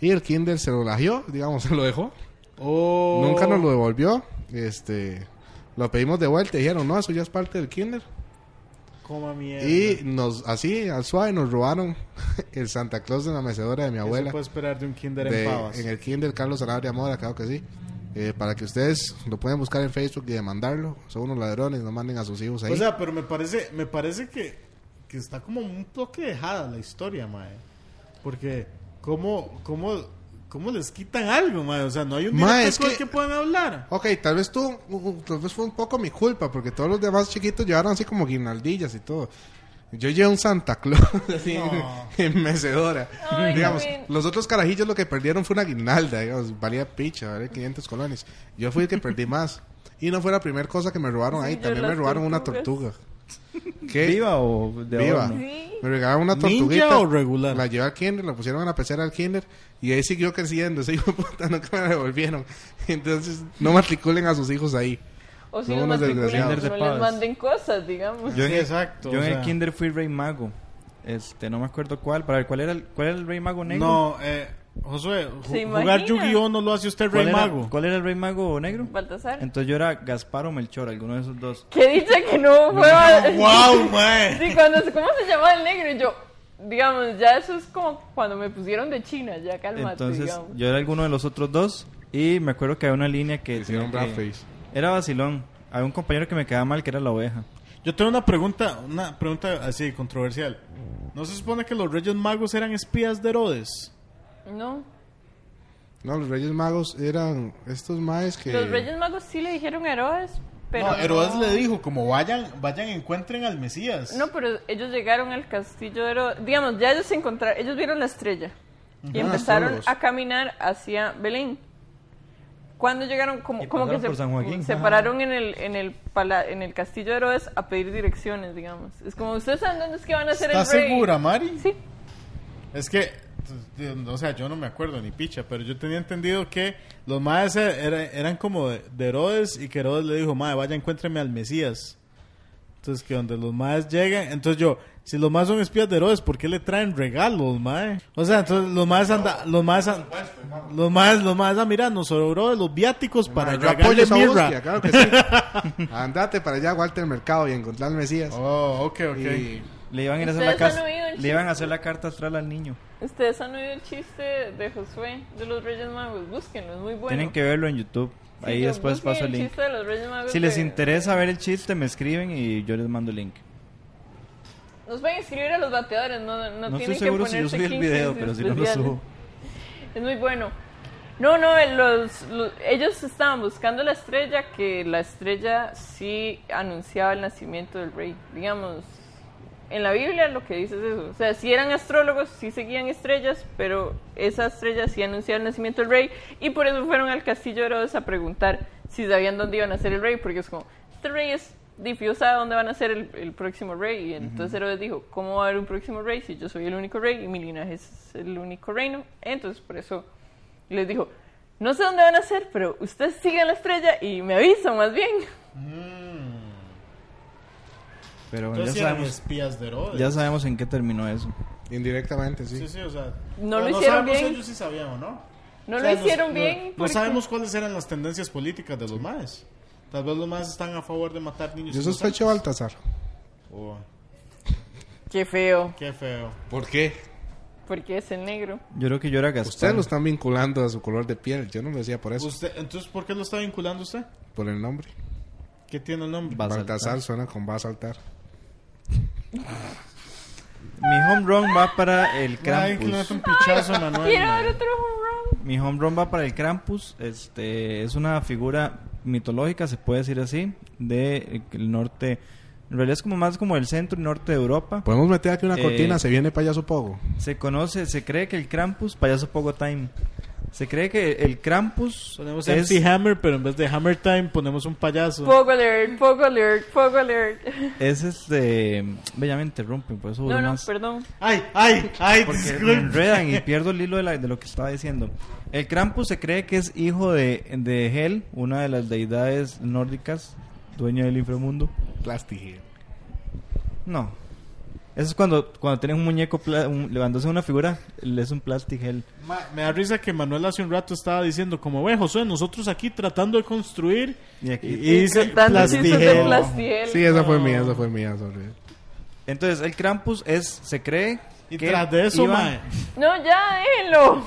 Y el Kinder se lo lagió, digamos, se lo dejó. Oh. Nunca nos lo devolvió. Este, lo pedimos de vuelta y dijeron, no, eso ya es parte del Kinder. Coma mierda. Y ¿Qué nos, así, al suave, nos robaron el Santa Claus de la mecedora de mi se abuela puede esperar de un Kinder de- en pavas? en el Kindle Carlos Sanabria Mora, claro que sí. Eh, para que ustedes lo puedan buscar en Facebook y demandarlo. Son unos ladrones, no manden a sus hijos ahí. O sea, pero me parece, me parece que, que está como un toque dejada la historia, mae. Porque, ¿cómo, cómo, cómo les quitan algo, mae? O sea, no hay un Mae, directo es con el que- que puedan hablar. ok, tal vez tú, u- u- tal vez fue un poco mi culpa, porque todos los demás chiquitos llevaron así como guinaldillas y todo. Yo llevé un Santa Claus así No. en mecedora. Ay, digamos, qué bien. los otros carajillos lo que perdieron fue una guinalda, digamos, valía picha, valía 500 colones. Yo fui el que perdí más. Y no fue la primera cosa que me robaron Sí, ahí, yo también las me robaron una tortuga. tortugas. ¿Qué? ¿Viva o de Viva. adorno? Sí. Me regalaron una ¿Ninja tortuguita. o regular? La llevé al kinder, la pusieron en la pecera al kinder. Y ahí siguió creciendo. Ese hijo de puta nunca me la devolvieron. Entonces, no matriculen a sus hijos ahí. O si No, no, unos matriculan, desgraciados. no les manden cosas, digamos. Yo en, Sí, el- exacto, yo o en el sea. kinder fui rey mago. Este, no me acuerdo cuál. Para ver, ¿cuál era el, cuál era el rey mago negro? No, eh, Josué, ju- ¿Se jugar imagina? Yu-Gi-Oh no lo hace usted ¿Cuál rey era, mago. ¿Cuál era el rey mago negro? Baltasar. Entonces yo era Gaspar o Melchor, alguno de esos dos. Que dicha que no fue. Bal- ¡Wow, mae! Sí, cuando se- ¿cómo se llamaba el negro? Y yo, digamos, ya eso es como cuando me pusieron de China, ya cálmate, Entonces digamos. yo era alguno de los otros dos. Y me acuerdo que había una línea que... Hicieron tenía que- blackface. Era vacilón. Había un compañero que me quedaba mal que era la oveja. Yo tengo una pregunta, una pregunta así controversial. ¿No se supone que los Reyes Magos eran espías de Herodes? No. No, los Reyes Magos eran estos maes que. Los Reyes Magos sí le dijeron a Herodes, pero. no, Herodes no- le dijo como vayan, vayan encuentren al Mesías. No, pero ellos llegaron al castillo de Herodes. Digamos, ya ellos se encontraron, ellos vieron la estrella. Y Ah, empezaron solos. a caminar hacia Belén. Cuando llegaron, como, Y como que pasaron por San Joaquín. se, se Ajá. pararon en el, en, el pala- en el castillo de Herodes a pedir direcciones, digamos. Es como, ¿ustedes saben dónde es que van a hacer ¿Estás el rey? segura, Mari? Sí. Es que, o sea, yo no me acuerdo ni picha, pero yo tenía entendido que los maes eh, era- eran como de, de Herodes y que Herodes le dijo, mae, vaya, encuéntreme al Mesías. Entonces, que donde los maes llegan, entonces yo, si los maes son espías de Herodes, ¿por qué le traen regalos, mae? O sea, entonces los maes anda, los maes an- los maes, los maes a mirar, nos sobró de los viáticos para Mae, yo apoyo regalarle esa mirra. búsqueda, claro que sí. Andate para allá, Walter Mercado, y encontrar al Mesías. Oh, ok, ok. Y- Le iban a ir a hacer la ¿Ustedes han casa- oído el Le iban a hacer la carta astral al niño. Ustedes han oído el chiste de Josué de los Reyes Magos. Búsquenlo, es muy bueno. Tienen que verlo en YouTube. Sí, Ahí yo- después busquen paso el link. chiste de los Reyes Magos Si les de- interesa ver el chiste, me escriben y yo les mando el link. Nos pueden escribir a los bateadores, no, no, No, tienen estoy seguro que si yo ponerse subí el 15 video, pero si no lo especiales. subo. Es muy bueno. No, no, el- los, los- ellos estaban buscando la estrella, que la estrella sí anunciaba el nacimiento del rey. Digamos, en la Biblia lo que dice es eso. O sea, sí eran astrólogos, sí seguían estrellas, pero esa estrella sí anunciaba el nacimiento del rey. Y por eso fueron al castillo de Herodes a preguntar si sabían dónde iban a ser el rey, porque es como, este rey es difícil dónde van a ser el, el próximo rey. Y entonces Herodes dijo, ¿cómo va a haber un próximo rey si yo soy el único rey y mi linaje es el único reino? Entonces, por eso les dijo, no sé dónde van a ser, pero ustedes sigan la estrella y me avisan más bien. Pero bueno, Entonces ya eran sabemos, espías de Herodes. ya sabemos en qué terminó eso. indirectamente, sí. Sí, sí, o sea. o No sea, lo hicieron sabemos bien. ellos sí sabían o no. No O lo sea, hicieron no- bien. No, porque- sabemos cuáles eran las tendencias políticas de los maes. Tal vez los maes están a favor de matar niños. Yo inocentes. sospecho a Baltasar. Oh, Qué feo, qué feo. ¿Por qué? porque es el negro. Yo creo que yo era Ustedes Gaspar. lo están vinculando a su color de piel. Yo no lo decía por eso, Usted, entonces, ¿por qué lo está vinculando usted? por el nombre. ¿Qué tiene el nombre? Va a saltar. Baltasar suena con va a saltar. Mi home run va para el Ay, que le mete Krampus. un pichazo, Manuel. Quiero mae. ver otro home run. Mi home run va para el Krampus. Este es una figura mitológica, se puede decir así, del eh, norte En realidad es como más como el centro y norte de Europa. Podemos meter aquí una Eh, cortina, se viene payaso pogo. Se conoce, se cree que el Krampus, payaso Pogo Time. Se cree que el Krampus Ponemos es- MC Hammer, pero en vez de Hammer Time ponemos un payaso. Pogo alert, pogo alert, pogo alert. es este. Bella, me interrumpen, por eso No, duró no, más. perdón. Ay, ay, ay, Porque me disculpe. enredan y pierdo el hilo de, la- de lo que estaba diciendo. El Krampus se cree que es hijo de, de Hel, una de las deidades nórdicas, dueño del inframundo. Plastigil. No. Eso es cuando, cuando tienes un muñeco pla- un- levantándose una figura, es un plastic Hel. Ma- Me da risa que Manuel hace un rato estaba diciendo como, ve, Josué, nosotros aquí tratando de construir Y aquí- y, y dice Dando chistes de plastigel. plastiel. Sí, esa fue mía, esa fue mía. sorry. Entonces, el Krampus es, se cree Y tras de eso, iba- mae, No, ya, déjenlo.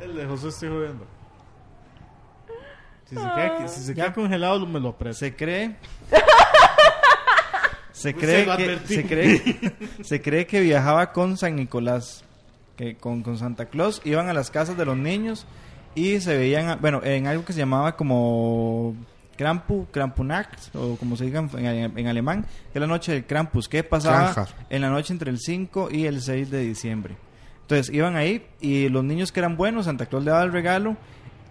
el de Josué estoy jodiendo. Si se queda, aquí- si se queda congelado, lo- me lo aprecio. se cree se Pues cree se lo que advertí. se cree se cree que viajaba con San Nicolás que con, con Santa Claus iban a las casas de los niños y se veían a- bueno en algo que se llamaba como Krampu, Krampunacht, o como se diga en, en- en alemán, que es la noche del Krampus, que pasaba Kranjach. en la noche entre el 5 y el 6 de diciembre. Entonces iban ahí y los niños que eran buenos, Santa Claus le daba el regalo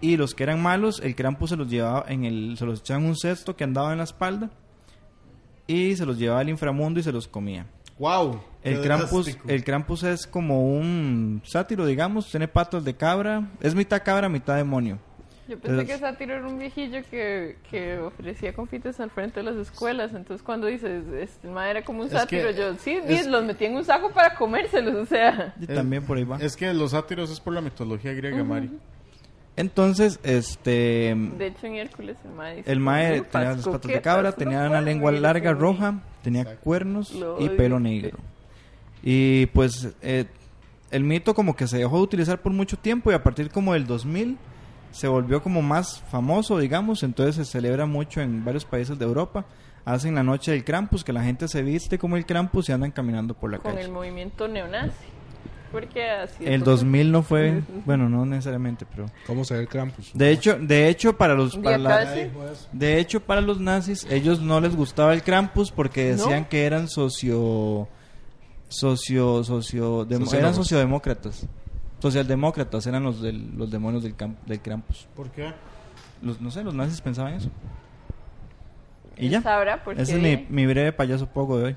y los que eran malos, el Krampus se los llevaba en el, se los echaba en un cesto que andaba en la espalda y se los llevaba al inframundo y se los comía. Wow. El Krampus, el Krampus es como un sátiro, digamos, tiene patas de cabra, es mitad cabra, mitad demonio. Yo pensé Es- que Sátiro era un viejillo que, que ofrecía confites al frente de las escuelas. Entonces, cuando dices, este mae era como un Es que- sátiro, yo, sí, es- los metí en un saco para comérselos, o sea. Y también por ahí va. Es que los sátiros es por la mitología griega, Mari. Entonces, este De hecho, en Hércules el mae dice, el mae "Upas, tenía las patas de coquetas, cabra, no tenía una puedo lengua vivir larga sin mí". roja, tenía cuernos Lo y odio. pelo negro. Y pues eh, el mito como que se dejó de utilizar por mucho tiempo y a partir como del 2000 se volvió como más famoso, digamos, entonces se celebra mucho en varios países de Europa. Hacen la noche del Krampus, que la gente se viste como el Krampus y andan caminando por la Con calle. el movimiento neonazi. Porque así. es El porque- 2000 no fue, bueno, no necesariamente, pero ¿Cómo se ve el Krampus? de hecho, de hecho para los Un para día la- casi. De hecho, para los nazis, ellos no les gustaba el Krampus porque ¿No? decían que eran socio. socio. socio. demo- Sociólogos. eran sociodemócratas. Socialdemócratas eran los, del- los demonios del, camp- del Krampus. ¿Por qué? Los, no sé, los nazis pensaban eso. Y Él ya. sabrá por Ese qué. es mi, mi breve payaso poco de hoy.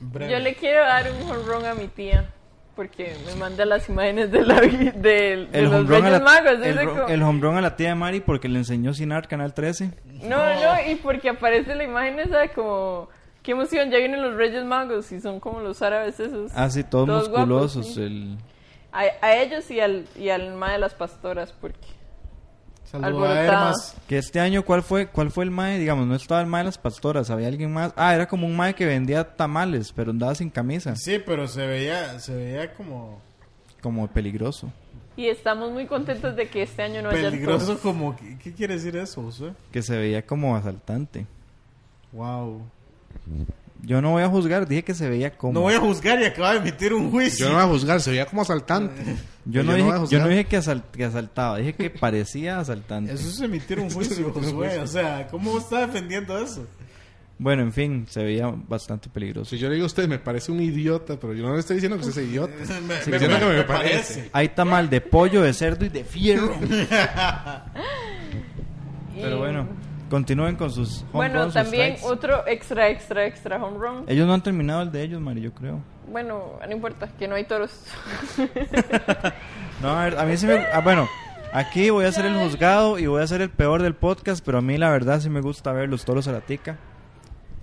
Yo le quiero dar un honrón a mi tía. Porque me manda las imágenes de, la, vi- de, de los hombrón Reyes a la, Magos. el dice ro- como- el hombrón a la tía de Mari porque le enseñó Sinar Canal 13. No, no, y porque aparece la imagen esa de como... ¡Qué emoción! Ya vienen los Reyes Magos y son como los árabes esos. Así, todos, Todos guapos, musculosos. Ah, sí. el- A, a ellos y al, y al ma de las pastoras, porque... Saludo a Alborotada. Hermas. Que este año, ¿cuál fue cuál fue el mae? Digamos, no estaba el mae de las pastoras, había alguien más. Ah, era como un mae que vendía tamales, pero andaba sin camisa. Sí, pero se veía, se veía como Como peligroso. Y estamos muy contentos de que este año no haya... peligroso, como ¿qué, qué quiere decir eso, José? Que se veía como asaltante. Wow. Yo no voy a juzgar, dije que se veía como. No voy a juzgar y acaba de emitir un Yo juicio. no voy a juzgar, se veía como asaltante. Yo yo, no no dije, voy a juzgar. yo no dije que, asal- que asaltaba, dije que parecía asaltante. Eso es emitir un juicio, Josué. O sea, ¿cómo está defendiendo eso? Bueno, en fin, se veía bastante peligroso. Si yo le digo a usted, me parece un idiota, pero yo no le estoy diciendo que usted sea idiota. Me, Sí, yo no que me parece. Hay tamal de pollo, de cerdo y de fierro. Y- Pero bueno, continúen con sus home Bueno, runs, sus también strikes. otro extra, extra, extra home run. Ellos no han terminado el de ellos, Mari, yo creo. Bueno, no importa, que no hay toros. No, a, ver, a mí sí me... ah, bueno, aquí voy a ser el juzgado y voy a ser el peor del podcast, pero a mí la verdad sí me gusta ver los toros a la tica.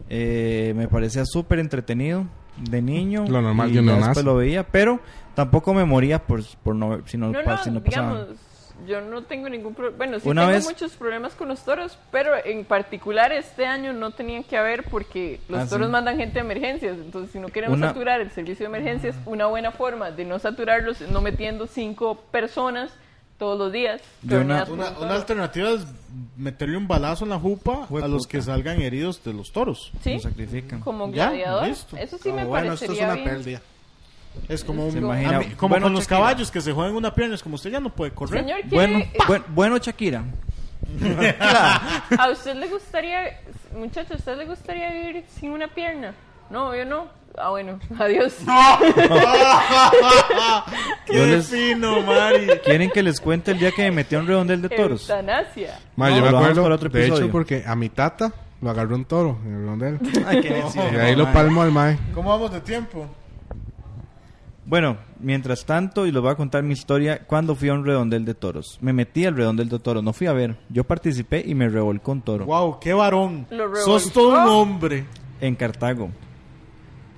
Eh, me parecía súper entretenido de niño. Lo normal y de un ya neonazo. después lo veía, pero tampoco me moría por, por no ver- si no, No, pa- no, si no pasaba. digamos, yo no tengo ningún problema. Bueno, sí Una tengo vez- muchos problemas con los toros, pero en particular este año no tenían que haber porque los Ah, sí. toros mandan gente a emergencias. Entonces, si no queremos Una- saturar el servicio de emergencias, una buena forma de no saturarlos es no metiendo cinco personas todos los días. Yo una- reunidas por Una, un una toro. alternativa es meterle un balazo en la jupa Jue a los puta. que salgan heridos de los toros. Lo ¿Sí? sacrifican. Como Ya, gladiador. listo. Ah, Eso sí Como, me Ah, bueno, esto es parecería una bien. pérdida. Es como un, Se imagina- a mí- como Bueno, con los Shakira. caballos que se juegan una pierna, es como usted ya no puede correr. Señor, ¿quiere- Bueno, buen- bueno, Shakira. ¿a usted le gustaría muchacho, ¿a usted le gustaría vivir sin una pierna? No, yo no. Ah, bueno, adiós. Yo ¡Qué les- fino, Mari! ¿Quieren que les cuente el día que me metí a un redondel de toros? Eutanasia. Mae, No, yo me lo vamos acuerdo, para otro de hecho, episodio. porque a mi tata lo agarró un toro en el rondel. Ay, qué necio. y ahí lo palmo al mae. ¿Cómo vamos de tiempo? Bueno, mientras tanto, y les voy a contar mi historia, cuando fui a un redondel de toros. Me metí al redondel de toros, no fui a ver. Yo participé y me revolcó un toro ¡Wow! ¡Qué varón! Lo ¡Sos todo un revolcó. hombre! en Cartago.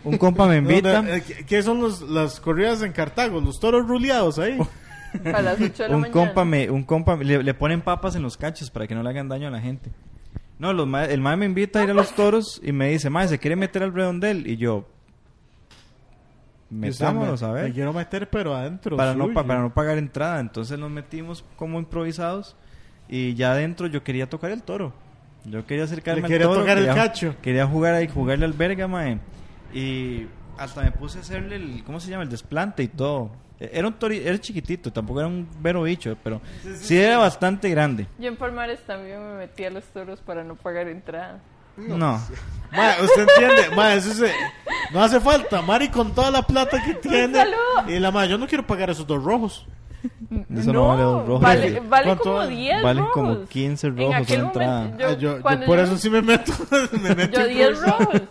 Un compa me invita. ¿Dónde- eh, ¿Qué qué son los- las corridas en Cartago? ¿Los toros ruleados ahí? A las 8 de la un mañana. compa me, un compa me- le, le ponen papas en los cachos para que no le hagan daño a la gente. No, los ma- el mae me invita a ir a los toros y me dice, mae, ¿se quiere meter al redondel? Y yo, O sea, me- metámonos Me a ver. quiero meter, pero adentro. Para no, suyo. pa- para no pagar entrada. Entonces nos metimos como improvisados y ya adentro yo quería tocar el toro. Yo quería acercarme Le al quería toro. tocar el quería- cacho. Quería jugar ahí, jugarle al verga, mae. Y hasta me puse a hacerle el, ¿cómo se llama? El desplante y todo. E- Era un tori, era chiquitito, tampoco era un vero bicho, pero sí, era bastante grande. Yo en Palmares también me metí a los toros para no pagar entrada. No. Ma, usted entiende, ma, eso se- no hace falta. Mari con toda la plata que tiene. saludo. Y la ma, yo no quiero pagar esos dos rojos. Eso no vale dos rojos. Vale, vale ¿Cuánto como vale? 10 Valen rojos. como 15 En rojos aquel la entrada. momento, Ah, Yo, yo- yo cuando por yo- eso sí me meto. me pues. meto Yo en 10 problemas. rojos.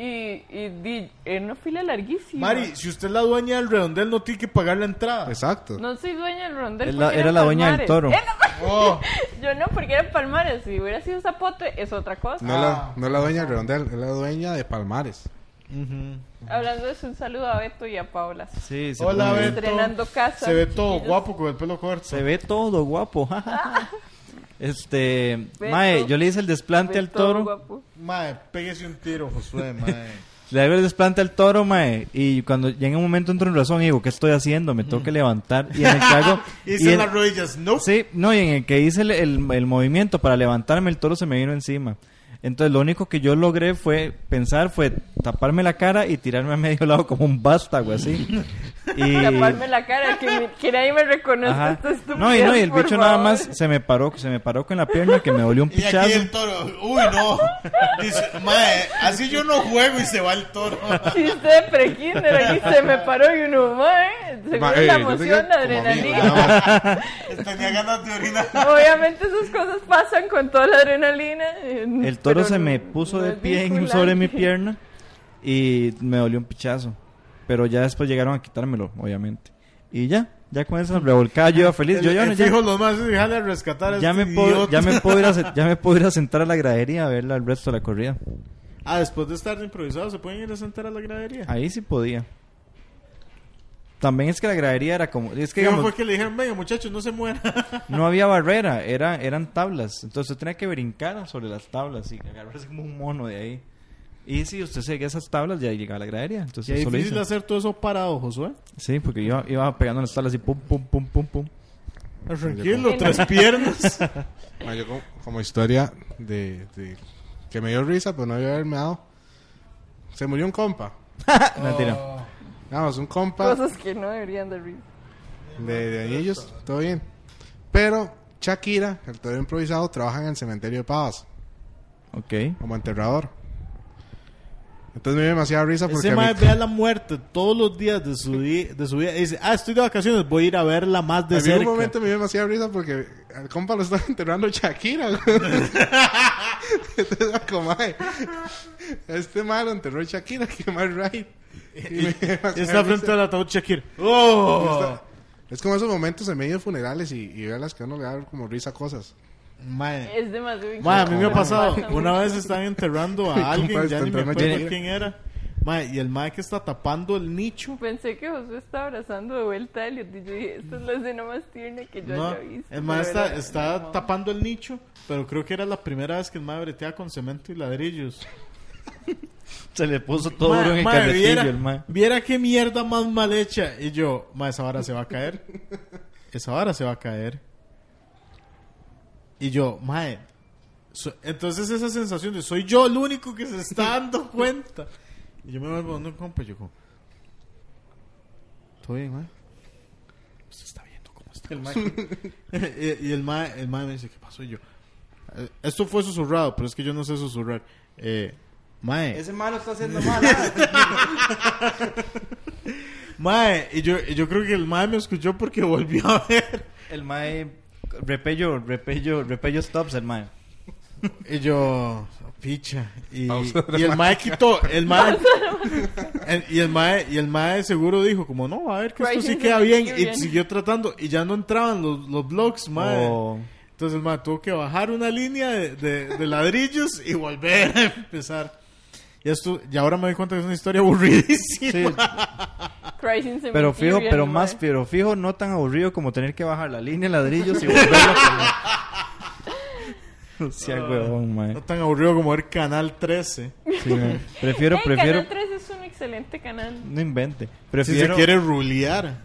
Y, y di, en una fila larguísima. Mari, si usted es la dueña del redondel, no tiene que pagar la entrada. Exacto. No soy dueña del rondel. Es la- porque era la dueña del Palmares. toro. Era- Oh, Yo no, porque era Palmares. Si hubiera sido Zapote, es otra cosa. No, la, no la dueña del redondel, es la dueña de Palmares. Hablando de eso, un saludo a Beto y a Paula. Sí, se hola, pone- Beto. Estrenando casa, Se ve todo chiquillos. guapo con el pelo corto. Se ve todo guapo. ja, ja, ja. este, Beto. mae, yo le hice el desplante Beto, al toro. guapo. Mae, pégese un tiro, Josué, mae. Le hago el desplante al toro, mae. Y cuando llega un momento entro en razón y digo, ¿qué estoy haciendo? Me tengo que levantar. Y en el que hago- y Ah, y se en- Ah, las rodillas, no. Sí, no, y en el que hice el, el- el movimiento para levantarme, el toro se me vino encima. Entonces lo único que yo logré fue pensar, fue taparme la cara y tirarme a medio lado como un vástago así. Y... Taparme la cara, que, mi- que nadie me reconozca. Ajá. Esta estupidez, No, y no, y el por bicho nada favor. más se me paró, se me paró con la pierna que me dolió un Y aquí pichazo. el toro, uy, no. Dice, mae, así yo no juego y se va el toro. Chiste de prekinder, aquí se me paró y uno, mae. Seguro Ma, eh, la yo te digo, emoción, la como amigo, adrenalina. nada más. Tenía ganas de orinar. Obviamente esas cosas pasan con toda la adrenalina. eh, El toro pero se no- me puso no de es pie en- vinculante. sobre mi pierna y me dolió un pichazo. Pero ya después llegaron a quitármelo, obviamente. Y ya, ya con esa revolcada yo iba feliz. Yo, El- ya, el ya- fijo, los más déjale a rescatar a ya este me puedo, idiota. ya, me puedo ir a, se- ya me puedo ir a sentar a la gradería a ver la- el resto de la corrida. Ah, después de estar improvisado, ¿se pueden ir a sentar a la gradería? Ahí sí podía. También es que la gradería era como... Es que ¿Qué digamos, fue que le dijeron, venga, muchachos, no se mueran? no había barrera, era, eran tablas. Entonces usted tenía que brincar sobre las tablas y agarrarse como un mono de ahí. Y si usted seguía esas tablas, ya llegaba a la gradería. Qué Entonces, solo difícil hice. hacer todo eso ¿eh? parado, Josué. Sí, porque iba, iba pegando las tablas así, pum, pum, pum, pum, pum. Tranquilo, tres piernas. Ma, yo como, como historia de, de- que me dio risa, pero no había haberme dado. Se murió un compa. Mentira. Nada más, un compa Cosas que no deberían de reír. de, de anillos, todo bien. Pero Shakira, el torero improvisado, trabaja en el cementerio de Pavas Ok. como enterrador. Entonces me dio demasiada risa porque. Ese a mí- mae ve a la muerte todos los días de su, di- de su vida. Y dice, ah, estoy de vacaciones, voy a ir a verla más a de mí en cerca. un momento me dio demasiada risa porque al compa lo estaba enterrando Shakira. güey. Entonces, era como, "Ay, este mal lo enterró Shakira, que mal right. Y me dio demasiada Está risa. frente al ataúd Shakir. ¡Oh! Está- Es como esos momentos en medio de funerales y, y ver las que a uno le da como risa a cosas. Mae. Es demasiado Mae, a mí me ha incómodo. pasado. Pasa Una vez están enterrando Mi a compa alguien, está ya ni me enterrando a acuerdo Shakira. quién era. Mae, y el mae que está tapando el nicho. Pensé que José estaba abrazando de vuelta a Elliot y yo dije, esta es la escena más tierna que yo No, haya visto. el mae de está, verdad. está No. tapando el nicho, pero creo que era la primera vez que el mae breteaba con cemento y ladrillos. Se le puso todo Mae, duro en el mae, carretillo, viera, el mae. viera qué mierda más mal hecha. Y yo, mae, esa vara se va a caer. Esa vara se va a caer. Y yo, mae. so- entonces esa sensación de soy yo el único que se está dando cuenta. Y yo me vuelvo dando un compa y yo como, ¿Todo bien, mae? Usted está viendo cómo está. El mae- y, y el mae el mae me dice, ¿qué pasó? Y yo, eh, Esto fue susurrado, pero es que yo no sé susurrar. Eh, mae. Ese malo está haciendo mal. Mae, y yo, y yo creo que el mae me escuchó porque volvió a ver. El mae. Repello, repello, repello stops el mae. Y yo, picha. Y, y el mae quitó, el mae. el- y el mae, y el mae seguro dijo como, no, a ver que esto Right, sí sí, queda sí, bien. qué Y bien. siguió tratando, y ya no entraban los, los blogs, mae. O- Entonces el mae tuvo que bajar una línea de, de- de ladrillos y volver a empezar. Y esto, y ahora me doy cuenta que es una historia aburridísima. sí, Crisis in pero fijo, Material, pero mae. más, pero fijo, no tan aburrido como tener que bajar la línea de ladrillos y volverla a poner. O sea, huevón, No mae. tan aburrido como ver Canal 13. Sí, mae. Prefiero, Ey, prefiero. Canal 3 es un excelente canal. No invente. Si se Prefiero, quiere rulear.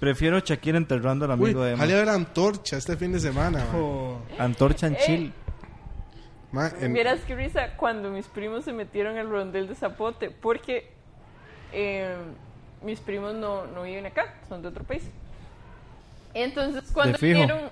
prefiero Shakira enterrando al Uy, amigo de Oh. Emma. salí a ver antorcha este fin de semana. ma. Antorcha en Ey. chill. Ma, en- Vieras qué risa cuando mis primos se metieron al rondel de Zapote, porque eh, mis primos no, no viven acá, son de otro país. Entonces cuando De fijo. vinieron,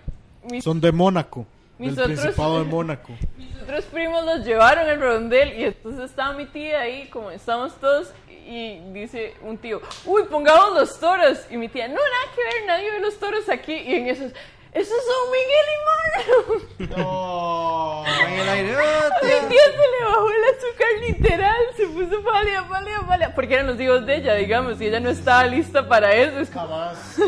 mis, Son de Mónaco. Mis Del otros- Principado de Mónaco. mis otros primos los llevaron al rondel y entonces estaba mi tía ahí, como estamos todos, y dice un tío, uy, pongamos los toros. Y mi tía, no, nada que ver, nadie ve los toros aquí. Y en esos, esos son Miguel y Mara. No. Mi tía se le bajó el azúcar literal, se puso pálida, pálida, pálida. Porque eran los hijos de ella, digamos, y ella no estaba lista para eso. Es como, Jamás.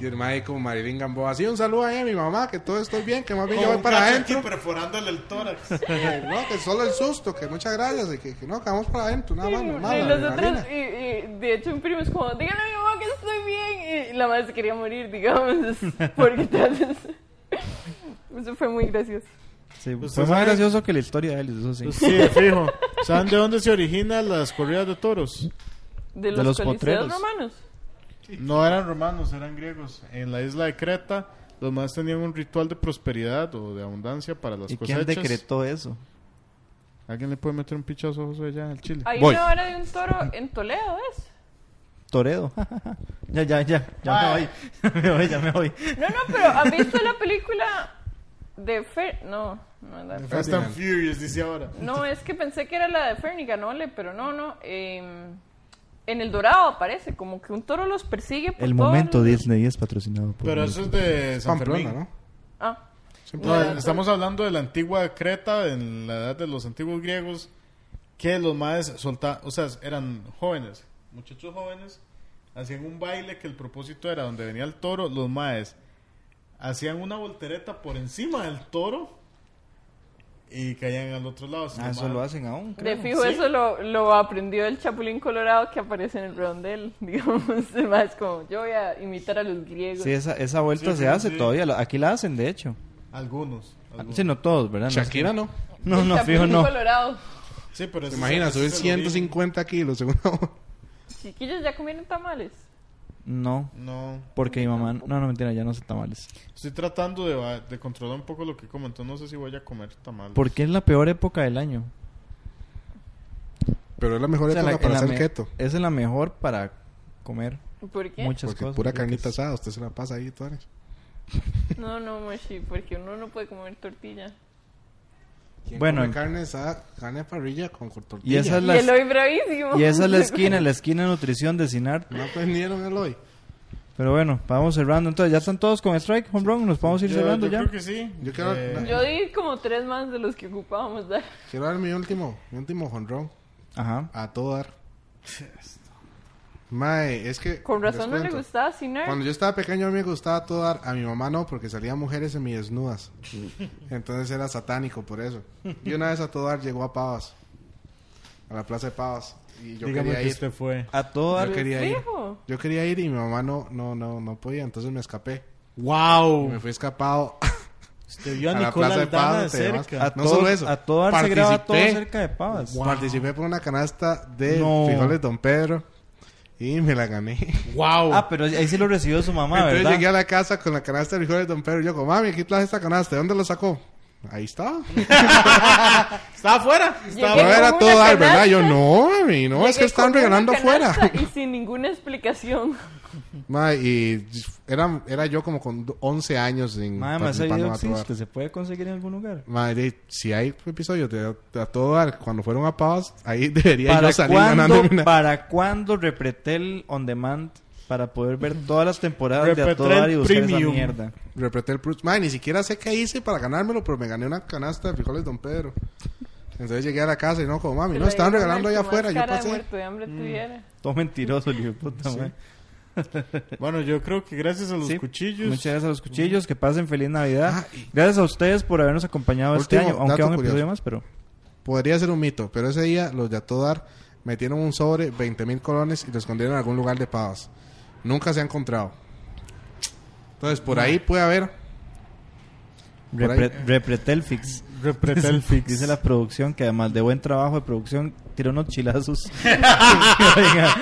Y el mae como Marilyn Gamboa. Así un saludo ahí a mi mamá, que todo estoy bien, que más bien yo Oh, Con voy un para cacho adentro. aquí perforándole el tórax. Que no, que solo el susto, que muchas gracias, y que, que no, que vamos para adentro, nada más, normal. y los otros, adrenalina. y, y de hecho, un primo es como, dígale a mi mamá que estoy bien. Y la madre se quería morir, digamos, es- porque tal vez. Eso fue muy gracioso. Sí, Usted fue sabe- más gracioso que la historia de él, eso sí. Pues sí, de fijo. ¿Saben de dónde se originan las corridas de toros? De los, los coliseos potreros. romanos. No eran romanos, eran griegos. En la isla de Creta, los más tenían un ritual de prosperidad o de abundancia para las ¿Y quién cosechas. decretó eso? ¿Alguien le puede meter un pichazo a José allá en el Chile? Hay Voy. una hora de un toro en Toledo, ¿ves? Toredo. ya, ya, ya. Ya me voy. Ya me voy, ya me voy. No, no, pero ¿han visto la película de Fer? No, no es la de Fer. Fast and Furious, dice ahora. Pues No, es que pensé que era la de Fernie Ganole, pero no, no. eh, en El Dorado aparece, como que un toro los persigue por El todo momento el- Disney es patrocinado por... Pero eso es de San Pamplona, Fermín. ¿no? Ah, Siempre- No, estamos hablando de la antigua Creta, en la edad de los antiguos griegos, que los maes soltaban, o sea, eran jóvenes, muchachos jóvenes, hacían un baile que el propósito era donde venía el toro, los maes hacían una voltereta por encima del toro y caían al otro lado. Ah, eso Los lo maes- hacen aún, de creo. fijo eso lo, lo aprendió el Chapulín Colorado que aparece en el rondel, digamos. Más como, yo voy a imitar a los griegos. Sí, esa, esa vuelta Sí, sí, se hace sí. todavía. la- Aquí la hacen, de hecho. Algunos. algunos. Ah, pues Sí, no todos, ¿verdad? No, es que- Shakira no. No, El no, Chapulín fijo, no. Colorado. Sí, pero ¿Te ese- imaginas ese subir es el 150 kilos según Chiquillos, ¿ya comieron tamales? No, origen. No, porque mi mamá... No, no, mentira, ya no hace tamales. estoy tratando de, va- de controlar un poco lo que comentó, no sé si voy a comer tamales. Porque es la peor época del año. Pero es la mejor O sea, época la- para la hacer me- keto. Esa es la mejor para comer ¿Por qué? muchas Porque cosas. pura ricas. carnita asada, usted se la pasa ahí, tú No, no, Moshi, porque uno no puede comer tortilla. Bueno. Bueno. Carne asada, carne de parrilla con tortilla. Y esa es Y la, el hoy bravísimo. y esa es la esquina, la esquina de nutrición de Sinart. No aprendieron el hoy. Pero bueno, vamos cerrando. Entonces, ¿ya están todos con Strike, Home Run? ¿Nos podemos ir Yo- cerrando yo ya? creo que sí. Yo quiero- Eh, Yo di como tres más de los que ocupábamos dar. Quiero dar mi último, mi último jonrón Ajá. a todo dar. Mae, es que. Con razón les no le cuento. gustaba cenar. Cuando yo estaba pequeño a mí me gustaba todo dar, a mi mamá no, porque salían mujeres semidesnudas. Entonces era satánico por eso. Y una vez a todo dar llegó a Pavas, a la plaza de Pavas. Y yo Dígame quería que ir. usted fue. A todo Yo quería ir. Fijo. Yo quería ir y mi mamá no, no, no, no podía, entonces me escapé. Y ¡Wow! me fui escapado este, Usted vio a a, la Nicola plaza de Aldana de Pavas. y demás. cerca. A no todo- solo eso. a todo dar se graba todo participé- cerca de Pavas. Participé por una canasta de No. frijoles Don Pedro y me la gané. ¡Wow! Ah, pero ahí sí lo recibió su mamá, Entonces ¿verdad? llegué a la casa con la canasta de frijoles Don Pedro. Y yo, como, mami, aquí traje esta canasta. ¿De dónde lo sacó? ahí estaba. Está afuera. Llegué Está No con afuera. era una todo dar, ¿verdad? canasta. Yo, no, mami, no, es que Llegué están con una regalando canasta afuera. Y sin ninguna explicación. Ma, y era, era yo como con 11 años en Madre, más participando video a todo dar. existe, se puede conseguir en algún lugar. Madre, si hay episodios de de a todo dar, cuando fueron a Paz, ahí debería ¿Para yo salir ganando. cuándo, una- ¿Para cuándo Repretel On Demand para poder ver todas las temporadas de A Todo Repretel Dar y buscar esa Premium. mierda? Repreté el Prus. Madre, ni siquiera sé qué hice para ganármelo, pero me gané una canasta de frijoles Don Pedro. Entonces llegué a la casa y no, como mami, Se no, lo estaban dieron regalando al allá que más afuera. Yo cara de pasé. muerto de hambre tuviera. Todo mentiroso, el hijo de puta, madre. Bueno, yo creo que gracias a los Sí. cuchillos. Muchas gracias a los cuchillos, que pasen feliz Navidad. Ah, y- Gracias a ustedes por habernos acompañado este Último año, aunque dato aún un curioso. episodio más, pero Podría ser un mito, pero ese día los de a todo dar metieron un sobre, 20 mil colones y lo escondieron en algún lugar de Paz. Nunca se ha encontrado. Entonces, por ahí puede haber Por ahí. Repre- Repretelfix. Repretel fix. Dice la producción que además de buen trabajo de producción tiró unos chilazos. Oiga,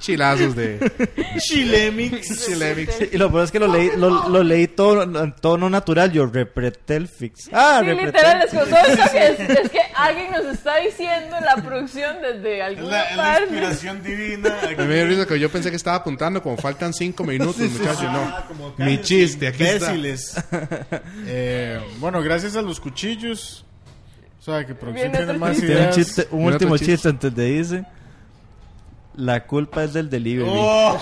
chilazos de Chilemix. Chilemix. y lo peor es que lo leí, lo, lo leí todo en tono natural, yo Repretelfix. Ah, Sí, Repretel. literal, es, que es, es que alguien nos está diciendo en la producción desde alguna La, la parte. inspiración divina. aquí. Me dio risa que yo pensé que estaba apuntando como faltan cinco minutos, muchachos. Ah, no. como Mi calles chiste, aquí está. imbéciles. Eh, bueno, gracias a los cuchillos. O sea, que producción Viene tiene otro más chiste. Tiene un, ideas. chiste- un Y otro último chiste. chiste antes de irse. La culpa es del delivery. Oh.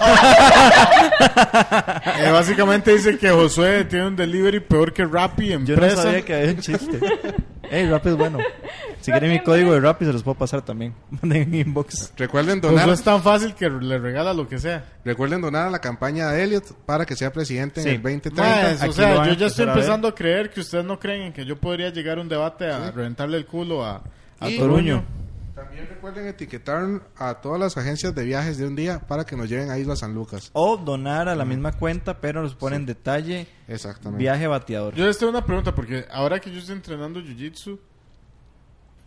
Eh, básicamente dice que Josué tiene un delivery peor que Rappi Yo no empresa. sabía que había un chiste. Ey, Rappi es bueno. Si quieren mi Rappi es código de bueno. Rappi se los puedo pasar también. Manden mi inbox. Recuerden Josué donar, es tan fácil que le regala lo que sea. recuerden donar a la campaña de Elliot para que sea presidente Sí. en el 2030. Más, aquí o sea, lo van yo a ya empezar estoy a ver. empezando a, creer que ustedes no creen en que yo podría llegar a un debate a reventarle el culo a, a Y- Toruño. También recuerden etiquetar a todas las agencias de viajes de un día para que nos lleven a Isla San Lucas. O donar a la misma cuenta, pero nos ponen detalle Exactamente. viaje bateador. Yo les tengo una pregunta, porque ahora que yo estoy entrenando Jiu-Jitsu,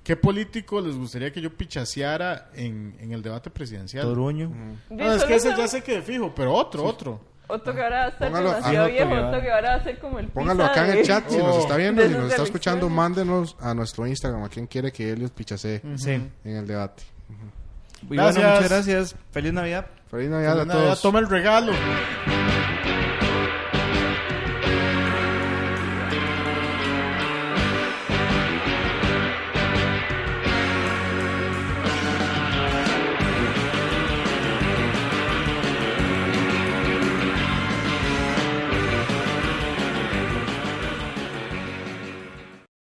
¿qué político les gustaría que yo pichaseara en, en el debate presidencial? Toruño. No, es que ese ya sé que de fijo, pero otro, otro. Otto que ahora va a estar Póngalo- demasiado ah, no, viejo, todavía. Otto que ahora va a ser como el Póngalo Pisa acá en el de- chat si Oh. nos está viendo, de si nos esas está escuchando, elecciones. mándenos a nuestro Instagram a quien quiere que Elliot pichase Sí. en el debate. Y bueno, Gracias. muchas gracias. Feliz Navidad. Feliz Navidad a Nada, todos. toma el regalo.